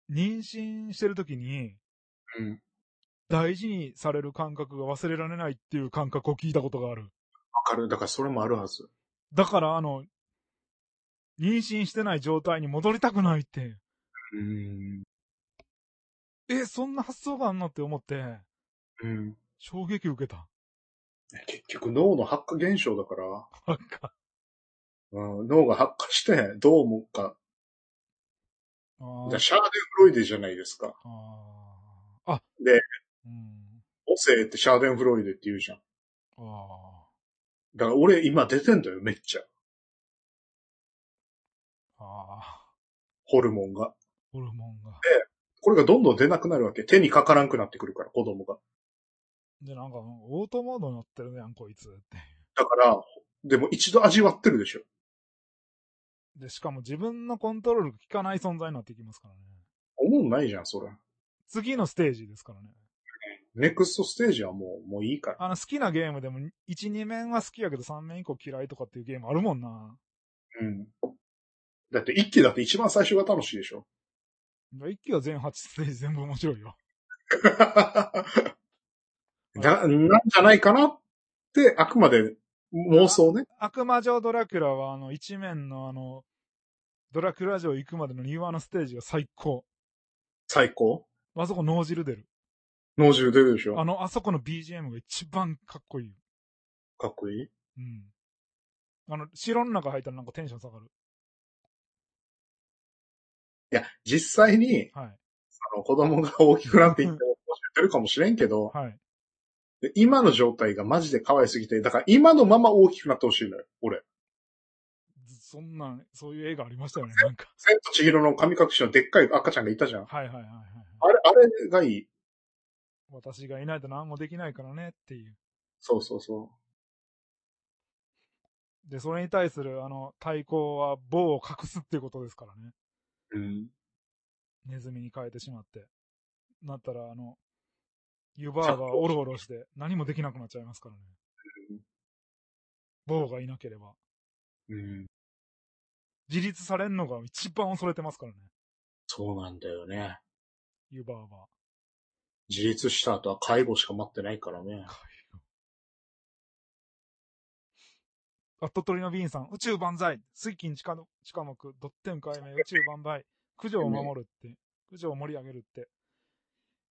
[SPEAKER 1] 妊娠してる時に、
[SPEAKER 2] うん。
[SPEAKER 1] 大事にされる感覚が忘れられないっていう感覚を聞いたことがある。
[SPEAKER 2] わかる。だからそれもあるはず。
[SPEAKER 1] だから、あの、妊娠してない状態に戻りたくないって、
[SPEAKER 2] うん。
[SPEAKER 1] え、そんな発想があんのって思って、
[SPEAKER 2] うん。
[SPEAKER 1] 衝撃受けた。
[SPEAKER 2] 結局脳の発火現象だから、
[SPEAKER 1] なんか、
[SPEAKER 2] うん、脳が発火してどう思うか。
[SPEAKER 1] あ
[SPEAKER 2] だ
[SPEAKER 1] ー
[SPEAKER 2] からシャーデンフロイデじゃないですか。
[SPEAKER 1] あー。あ。
[SPEAKER 2] で、
[SPEAKER 1] うん。
[SPEAKER 2] 母性ってシャーデンフロイデって言うじゃん。
[SPEAKER 1] あ
[SPEAKER 2] だから俺今出てんだよ、めっちゃ。
[SPEAKER 1] あ。ああ。
[SPEAKER 2] ホルモンが。
[SPEAKER 1] ホルモンが。
[SPEAKER 2] これがどんどん出なくなるわけ。手にかからんくなってくるから、子供が。
[SPEAKER 1] で、なんか、オートモードに乗ってるね、んこいつって。
[SPEAKER 2] だから、でも一度味わってるでしょ。
[SPEAKER 1] で、しかも自分のコントロールが効かない存在になってきますからね。
[SPEAKER 2] 思んないじゃん、それ。
[SPEAKER 1] 次のステージですからね。
[SPEAKER 2] ネクストステージはもう、もういいから。
[SPEAKER 1] あの、好きなゲームでも、1、2面は好きやけど3面以降嫌いとかっていうゲームあるもんな。
[SPEAKER 2] うん。だって一期だって一番最初が楽しいでしょ。
[SPEAKER 1] 一気は全8ステージ全部面白いよ。
[SPEAKER 2] だ、 なんじゃないかなって、あくまで妄想ね。
[SPEAKER 1] 悪魔城ドラキュラは、あの、一面のあの、ドラキュラ城行くまでの庭のステージが最高。
[SPEAKER 2] 最高。
[SPEAKER 1] あそこ脳汁出る。
[SPEAKER 2] 脳汁出るでしょ
[SPEAKER 1] あ。の、あそこの BGM が一番かっこいいよ。
[SPEAKER 2] かっこいい。
[SPEAKER 1] うん。あの、城の中入ったらなんかテンション下がる。
[SPEAKER 2] いや、実際に、
[SPEAKER 1] はい。
[SPEAKER 2] あの、子供が大きくなっていっても、教えてるかもしれんけど、
[SPEAKER 1] はい。
[SPEAKER 2] で今の状態がマジで可愛すぎて、だから今のまま大きくなってほしいのよ、俺。
[SPEAKER 1] そんなん、そういう映画ありましたよね、なんか。
[SPEAKER 2] 千と千尋の神隠しのでっかい赤ちゃんがいたじゃん。あ
[SPEAKER 1] はいはいはいはいはい。
[SPEAKER 2] れ、あれがいい。
[SPEAKER 1] 私がいないと何もできないからねっていう。
[SPEAKER 2] そうそうそ
[SPEAKER 1] で、それに対する、あの、対抗は棒を隠すっていうことですからね。
[SPEAKER 2] う。うん。
[SPEAKER 1] ネズミに変えてしまって。なったら、あの、湯婆婆がオロオロして何もできなくなっちゃいますからね
[SPEAKER 2] うん。
[SPEAKER 1] 棒がいなければ。
[SPEAKER 2] うん。
[SPEAKER 1] 自立されんのが一番恐れてますからね。
[SPEAKER 2] そうなんだよね。
[SPEAKER 1] 湯婆婆。
[SPEAKER 2] 自立した後は介護しか待ってないからね。
[SPEAKER 1] あ、鳥取のビーンさん、宇宙万歳、水金地下の、地下目、ドッテン解明、宇宙万倍、九条を守るって、九条を盛り上げるって。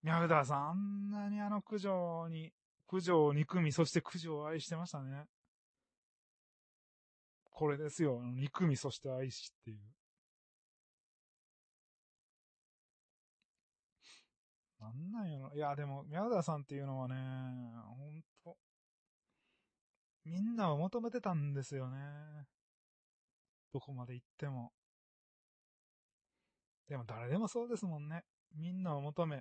[SPEAKER 1] ミャウダーさん、あんなにあの九条に、九条を憎み、そして九条を愛してましたね。これですよ、あの憎み、そして愛しっていう。なんなんやろ。いや、でも、宮田さんっていうのはね、ほんと、みんなを求めてたんですよね。どこまで行っても。でも誰でもそうですもんね。みんなを求め。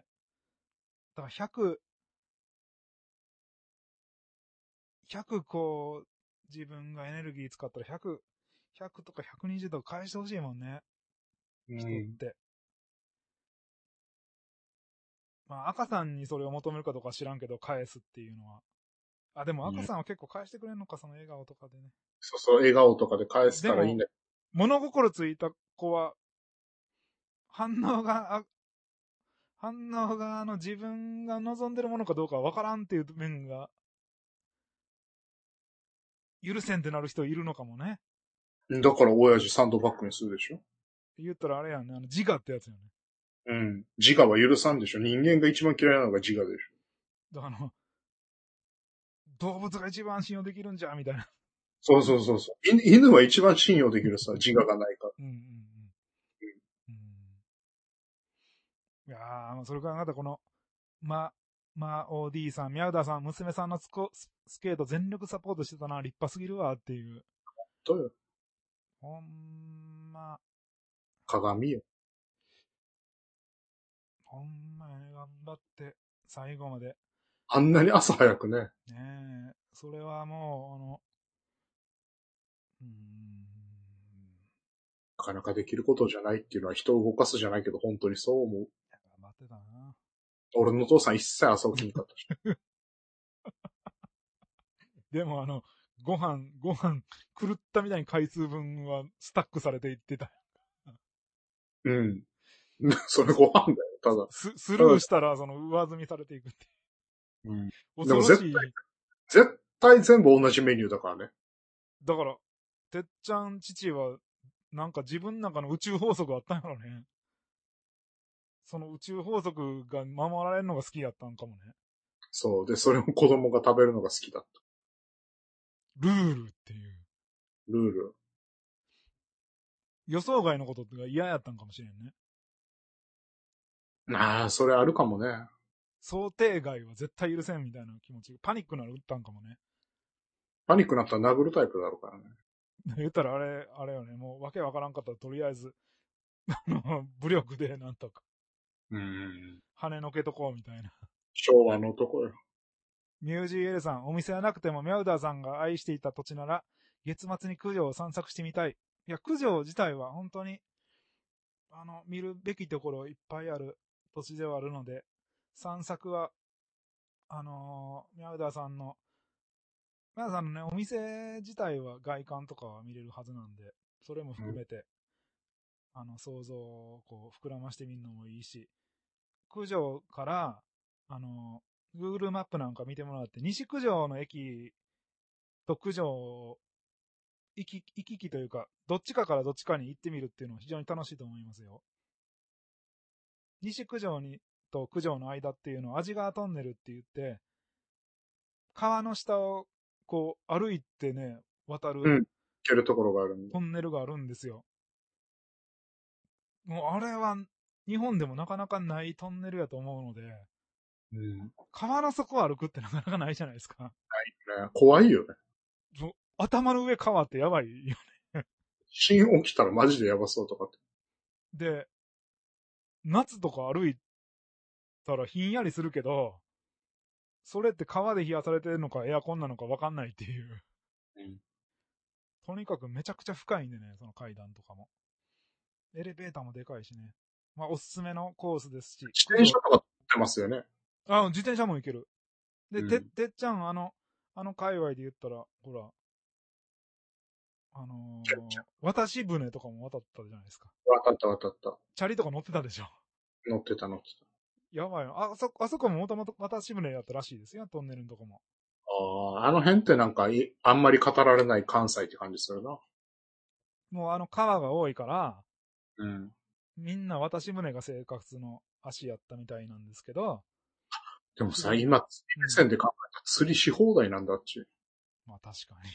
[SPEAKER 1] だから100、 100こう、自分がエネルギー使ったら100、100とか120とか返してほしいもんね。
[SPEAKER 2] う
[SPEAKER 1] 人っ
[SPEAKER 2] ん。
[SPEAKER 1] て。まあ、赤さんにそれを求めるかどうかは知らんけど、返すっていうのは。あ、でも赤さんは結構返してくれんのか、その笑顔とかでね。
[SPEAKER 2] そうそう、笑顔とかで返すからいいんだけ
[SPEAKER 1] 物心ついた子は、反応が、あ反応が、あの、自分が望んでるものかどうかわからんっていう面が、許せんってなる人いるのかもね。
[SPEAKER 2] ど。だから親父サンドバッグにするでしょ
[SPEAKER 1] 言ったらあれやんね、あの、自我ってやつよね。
[SPEAKER 2] うん。自我は許さんでしょ人間が一番嫌いなのが自我でしょ
[SPEAKER 1] だからあの、動物が一番信用できるんじゃ、みたいな。
[SPEAKER 2] そうそうそうそう。犬犬は一番信用できるさ、自我がないから。
[SPEAKER 1] うんうんうん。うん、いやー、まあそれからまたこの、ま、ま、OD さん、宮田さん、娘さんのスコススケート全力サポートしてたな、立派すぎるわ、っていう。
[SPEAKER 2] どうよ。
[SPEAKER 1] ほんま、
[SPEAKER 2] 鏡よ。
[SPEAKER 1] ほんまやね、頑張って、最後まで。
[SPEAKER 2] あんなに朝早くね。
[SPEAKER 1] ねえ、それはもう、あの、うーん、
[SPEAKER 2] なかなかできることじゃないっていうのは人を動かすじゃないけど、本当にそう思う。
[SPEAKER 1] 頑張ってたな。
[SPEAKER 2] 俺のお父さん一切朝起きなかったし。
[SPEAKER 1] でもあの、ご飯、ご飯、狂ったみたいに回数分はスタックされていってた。
[SPEAKER 2] うん。 それご飯だよ、ただ。
[SPEAKER 1] ススルーしたら、その、上積みされていくって
[SPEAKER 2] う
[SPEAKER 1] い
[SPEAKER 2] ん。
[SPEAKER 1] う。
[SPEAKER 2] で
[SPEAKER 1] 恐ろ
[SPEAKER 2] も絶
[SPEAKER 1] しい。
[SPEAKER 2] 絶対全部同じメニューだからね。
[SPEAKER 1] だから、てっちゃん父は、なんか自分の中の宇宙法則あったんやろね。その宇宙法則が守られるのが好きやったんかもね。
[SPEAKER 2] そう。で、それを子供が食べるのが好きだった。
[SPEAKER 1] ルールっていう。
[SPEAKER 2] ルール。
[SPEAKER 1] 予想外のことが嫌やったんかもしれんね。
[SPEAKER 2] なあ、それあるかもね。
[SPEAKER 1] 想定外は絶対許せんみたいな気持ち。パニックなら打ったんかもね。
[SPEAKER 2] パニックになったら殴るタイプだろうからね。
[SPEAKER 1] 言ったらあれ、あれよね、もうわけわからんかったらとりあえず、あの、武力でなんとか、
[SPEAKER 2] うん。
[SPEAKER 1] 跳ねのけとこうみたいな。
[SPEAKER 2] 昭和の男よ。
[SPEAKER 1] ミュージーエルさん、お店はなくてもミャウダーさんが愛していた土地なら、月末に九条を散策してみたい。いや、九条自体は本当に、あの、見るべきところいっぱいある土地ではあるので、散策は、あのーミャウダーさんの、ミャウダーさんのね、お店自体は外観とかは見れるはずなんで、それも含めて、あの、想像をこう、膨らましてみるのもいいし、九条から、あのー Google マップなんか見てもらって、西九条の駅と九条行き、行き来というか、どっちかからどっちかに行ってみるっていうのは非常に楽しいと思いますよ。西九条に、と九条の間っていうのは、味川トンネルって言って、川の下をこう歩いてね、渡る、
[SPEAKER 2] うん行けるところがあるんで。
[SPEAKER 1] トンネルがあるんですよ。もうあれは日本でもなかなかないトンネルやと思うので、
[SPEAKER 2] うん。ね
[SPEAKER 1] 川の底を歩くってなかなかないじゃないですか。
[SPEAKER 2] 怖いよね。
[SPEAKER 1] そう頭の上川ってやばい よ。
[SPEAKER 2] 地震起きたらマジでやばそうとかって。
[SPEAKER 1] で、夏とか歩いたらひんやりするけど、それって川で冷やされてるのかエアコンなのかわかんないっていう。
[SPEAKER 2] うん
[SPEAKER 1] とにかくめちゃくちゃ深いんでね、その階段とかも。エレベーターもでかいしね。まあ、おすすめのコースですし。
[SPEAKER 2] 自転車とか撮ってますよね。
[SPEAKER 1] あ、自転車も行ける。で、
[SPEAKER 2] うん
[SPEAKER 1] て、てっちゃん、あの、あの界隈で言ったら、ほら、あのー
[SPEAKER 2] ちゃんちゃ
[SPEAKER 1] 渡し船とかも渡ったじゃないですか。
[SPEAKER 2] 渡った渡った。
[SPEAKER 1] チャリとか乗ってたでしょ。
[SPEAKER 2] 乗ってた乗ってた。
[SPEAKER 1] やばいよ。あそ、あそこももともと渡し船やったらしいですよ、トンネルのとこも。
[SPEAKER 2] ああ、あの辺ってなんかい、あんまり語られない関西って感じするな。
[SPEAKER 1] もうあの川が多いから、
[SPEAKER 2] うん。
[SPEAKER 1] みんな渡し船が生活の足やったみたいなんですけど、
[SPEAKER 2] でもさ、今、釣り目線で考えたら釣りし放題なんだっち。
[SPEAKER 1] まあ確かに。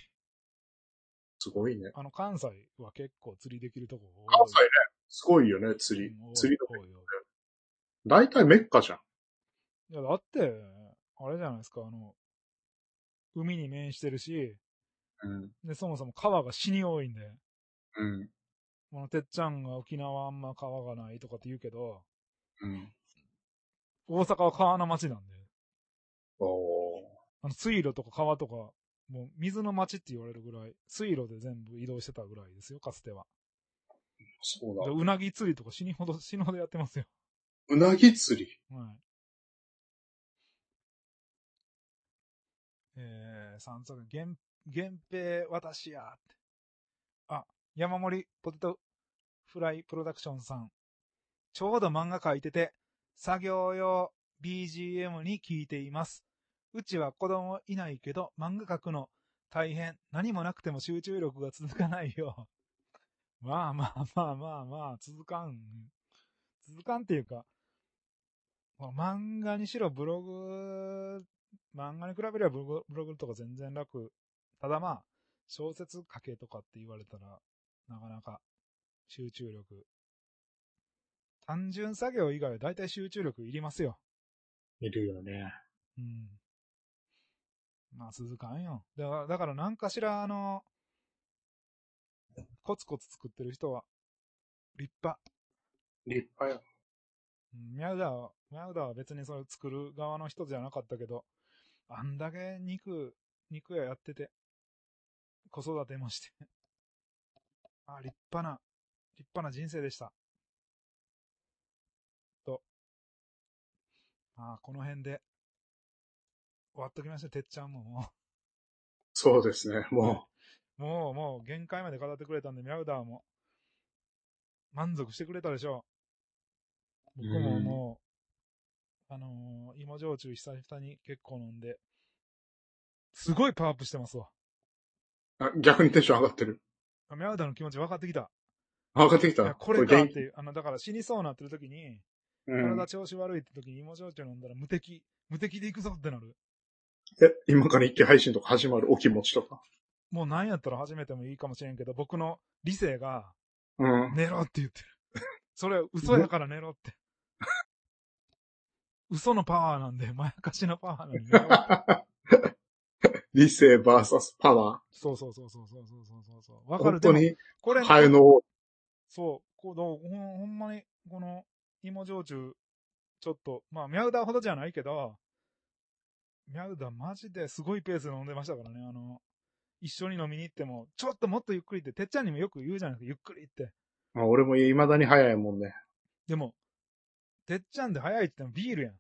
[SPEAKER 2] すごいね。
[SPEAKER 1] あの関西は結構釣りできるとこ多い。
[SPEAKER 2] 関西ね、すごいよね、釣り
[SPEAKER 1] うん多。い
[SPEAKER 2] 釣り
[SPEAKER 1] 多い多い
[SPEAKER 2] の。大体メッカじゃん。
[SPEAKER 1] いや、だって、あれじゃないですか、あの、海に面してるし、
[SPEAKER 2] うん。
[SPEAKER 1] で、そもそも川が死に多いんで、
[SPEAKER 2] うん。
[SPEAKER 1] このてっちゃんが沖縄あんま川がないとかって言うけど、
[SPEAKER 2] うん。
[SPEAKER 1] 大阪は川の町なんで、
[SPEAKER 2] おー。
[SPEAKER 1] あの水路とか川とかもう水の町って言われるぐらい、水路で全部移動してたぐらいですよ、かつては。
[SPEAKER 2] そう
[SPEAKER 1] で
[SPEAKER 2] だ。
[SPEAKER 1] うなぎ釣りとか死にほど、死ぬほどやってますよ。
[SPEAKER 2] うなぎ釣り。
[SPEAKER 1] はい。えー、三作、源、源平私やって。あ、山盛りポテトフライプロダクションさん。ちょうど漫画描いてて、作業用 BGM に聞いています。うちは子供いないけど、漫画描くの大変。何もなくても集中力が続かないよ。 まあまあまあまあまあ、続かん。続かんっていうか、まあ漫画にしろブログ、漫画に比べればブログブログとか全然楽。ただまあ、小説書けとかって言われたら、なかなか集中力。単純作業以外は大体集中力いりますよ。
[SPEAKER 4] いるよね。
[SPEAKER 1] うん。まあ、続かんよ。だから、だからなんかしら、あの、コツコツ作ってる人は、立派。
[SPEAKER 2] 立派や。
[SPEAKER 1] うんミャウダーは、ミャウダーは別にそれ作る側の人じゃなかったけど、あんだけ肉、肉屋やってて、子育てもして。あ、立派な、立派な人生でした。と。まあ、この辺で、終わっときました、てっちゃんももう。
[SPEAKER 2] そうですね。も
[SPEAKER 1] もう、もう、限界まで語ってくれたんで、ミャウダーも、満足してくれたでしょう。僕ももう、あのー芋焼酎久々に結構飲んで、すごいパワーアップしてますわ。
[SPEAKER 2] う、あ逆にテンション上がってる。
[SPEAKER 1] あミャウダーの気持ち分かってきた。
[SPEAKER 2] あ上がってき
[SPEAKER 1] い
[SPEAKER 2] た。
[SPEAKER 1] や、これかっ
[SPEAKER 2] 元気
[SPEAKER 1] ていう、あの、だから死にそうなってる時に、
[SPEAKER 2] うん
[SPEAKER 1] 体。調子悪いって時に芋焼酎飲んだら無敵、無敵で行くぞってなる。
[SPEAKER 2] え、今から一気配信とか始まるお気持ちとか。
[SPEAKER 1] もう何やったら始めてもいいかもしれんけど、僕の理性が、
[SPEAKER 2] うん。
[SPEAKER 1] 寝ろって言ってる。 それ、嘘やから寝ろって。嘘のパワーなんで、まやかしのパワーなんで寝ろ って。
[SPEAKER 2] 理性バーサスパワ
[SPEAKER 1] そうそうそうそうそうそうそうそう。わ
[SPEAKER 2] ー。
[SPEAKER 1] かる
[SPEAKER 2] 本
[SPEAKER 1] で
[SPEAKER 2] 当
[SPEAKER 1] も
[SPEAKER 2] に、
[SPEAKER 1] これ、
[SPEAKER 2] ハエの王、
[SPEAKER 1] そう、こうどうほんほんまに、この、芋焼酎、ちょっと、まあ、ミャウダーほどじゃないけど、ミャウダーマジですごいペースで飲んでましたからね、あの、一緒に飲みに行っても、ちょっともっとゆっくりって、てっちゃんにもよく言うじゃないですか、ゆっくりって。
[SPEAKER 2] まあ、俺も未だに早いもんね。
[SPEAKER 1] でも、てっちゃんで早いって言ってもビールやん。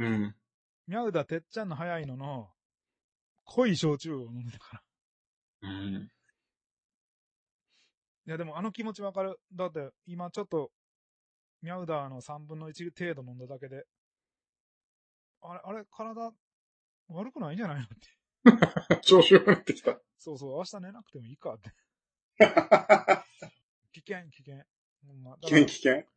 [SPEAKER 2] うん。
[SPEAKER 1] ミャウダ、てっちゃんの早いのの、濃い焼酎を飲んでたから。
[SPEAKER 3] うん。
[SPEAKER 1] いや、でもあの気持ちわかる。だって、今ちょっと、ミャウダーの3分の1程度飲んだだけで、あれ、あれ、体、悪くないんじゃないのって。
[SPEAKER 2] 調子良くなってきた。
[SPEAKER 1] そうそう、明日寝なくてもいいかって。危険、危険。ほんまだ
[SPEAKER 2] 危
[SPEAKER 1] から
[SPEAKER 2] 険危険。
[SPEAKER 1] だか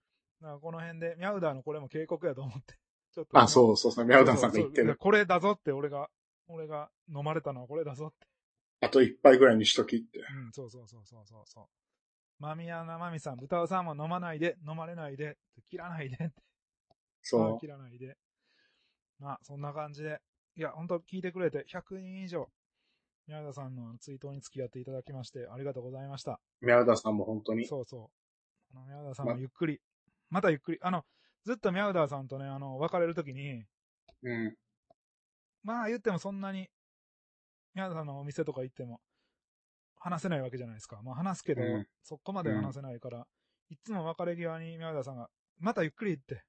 [SPEAKER 1] らこの辺で、ミャウダーのこれも警告やと思って。ちょっと
[SPEAKER 2] あ、そうそうそう。ミ
[SPEAKER 1] ミ
[SPEAKER 2] ャウダンさんが言ってる。
[SPEAKER 1] これだぞって、俺が、俺が飲まれたのはこれだぞって。
[SPEAKER 2] あと一杯ぐらいにしときって。
[SPEAKER 1] うん、そうそうそうそうそうそう。マミヤナマミさん、豚尾さんも飲まないで、飲まれないで、切らないで、
[SPEAKER 2] そ
[SPEAKER 1] 切らないで。まあ、そんな感じで。いや、本当聞いてくれて、100人以上、宮田さんの追悼に付き合っていただきまして、ありがとうございました。
[SPEAKER 2] う。ミャウダンさんも本当に。
[SPEAKER 1] そうそう。あの、ミャウダーさんもゆっくり、またゆっくり、あの、ずっとミャウダーさんとね、あの、別れるときに、
[SPEAKER 2] うん。
[SPEAKER 1] まあ言ってもそんなに、宮田さんのお店とか行っても、話せないわけじゃないですか。まあ話すけど、
[SPEAKER 2] うん
[SPEAKER 1] そこまでは話せないから、いつも別れ際に宮田さんが、またゆっくりって、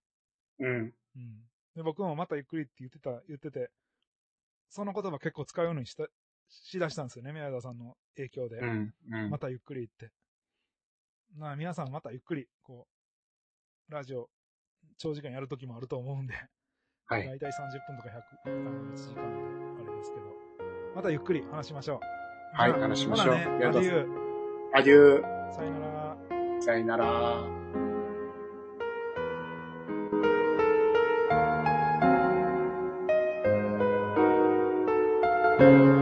[SPEAKER 2] うん。
[SPEAKER 1] うん。で、僕もまたゆっくりって言ってた、言ってて、その言葉結構使うようにした、しだしたんですよね、宮田さんの影響で。
[SPEAKER 2] うん。うん
[SPEAKER 1] ま。たゆっくりって。なあ皆さんまたゆっくり、こう、ラジオ、長時間やるときもあると思うんで。
[SPEAKER 2] はい。
[SPEAKER 1] 大体30分とか100、あの1時間あれですけど、またゆっくり話しましょう。
[SPEAKER 2] はい
[SPEAKER 1] まあ
[SPEAKER 2] 話しましょ
[SPEAKER 1] ほ
[SPEAKER 2] う
[SPEAKER 1] らね、
[SPEAKER 2] や
[SPEAKER 1] アデ
[SPEAKER 2] ります
[SPEAKER 1] ュ
[SPEAKER 2] アデュー。
[SPEAKER 1] ー、さよなら。
[SPEAKER 2] さよなら。
[SPEAKER 1] 「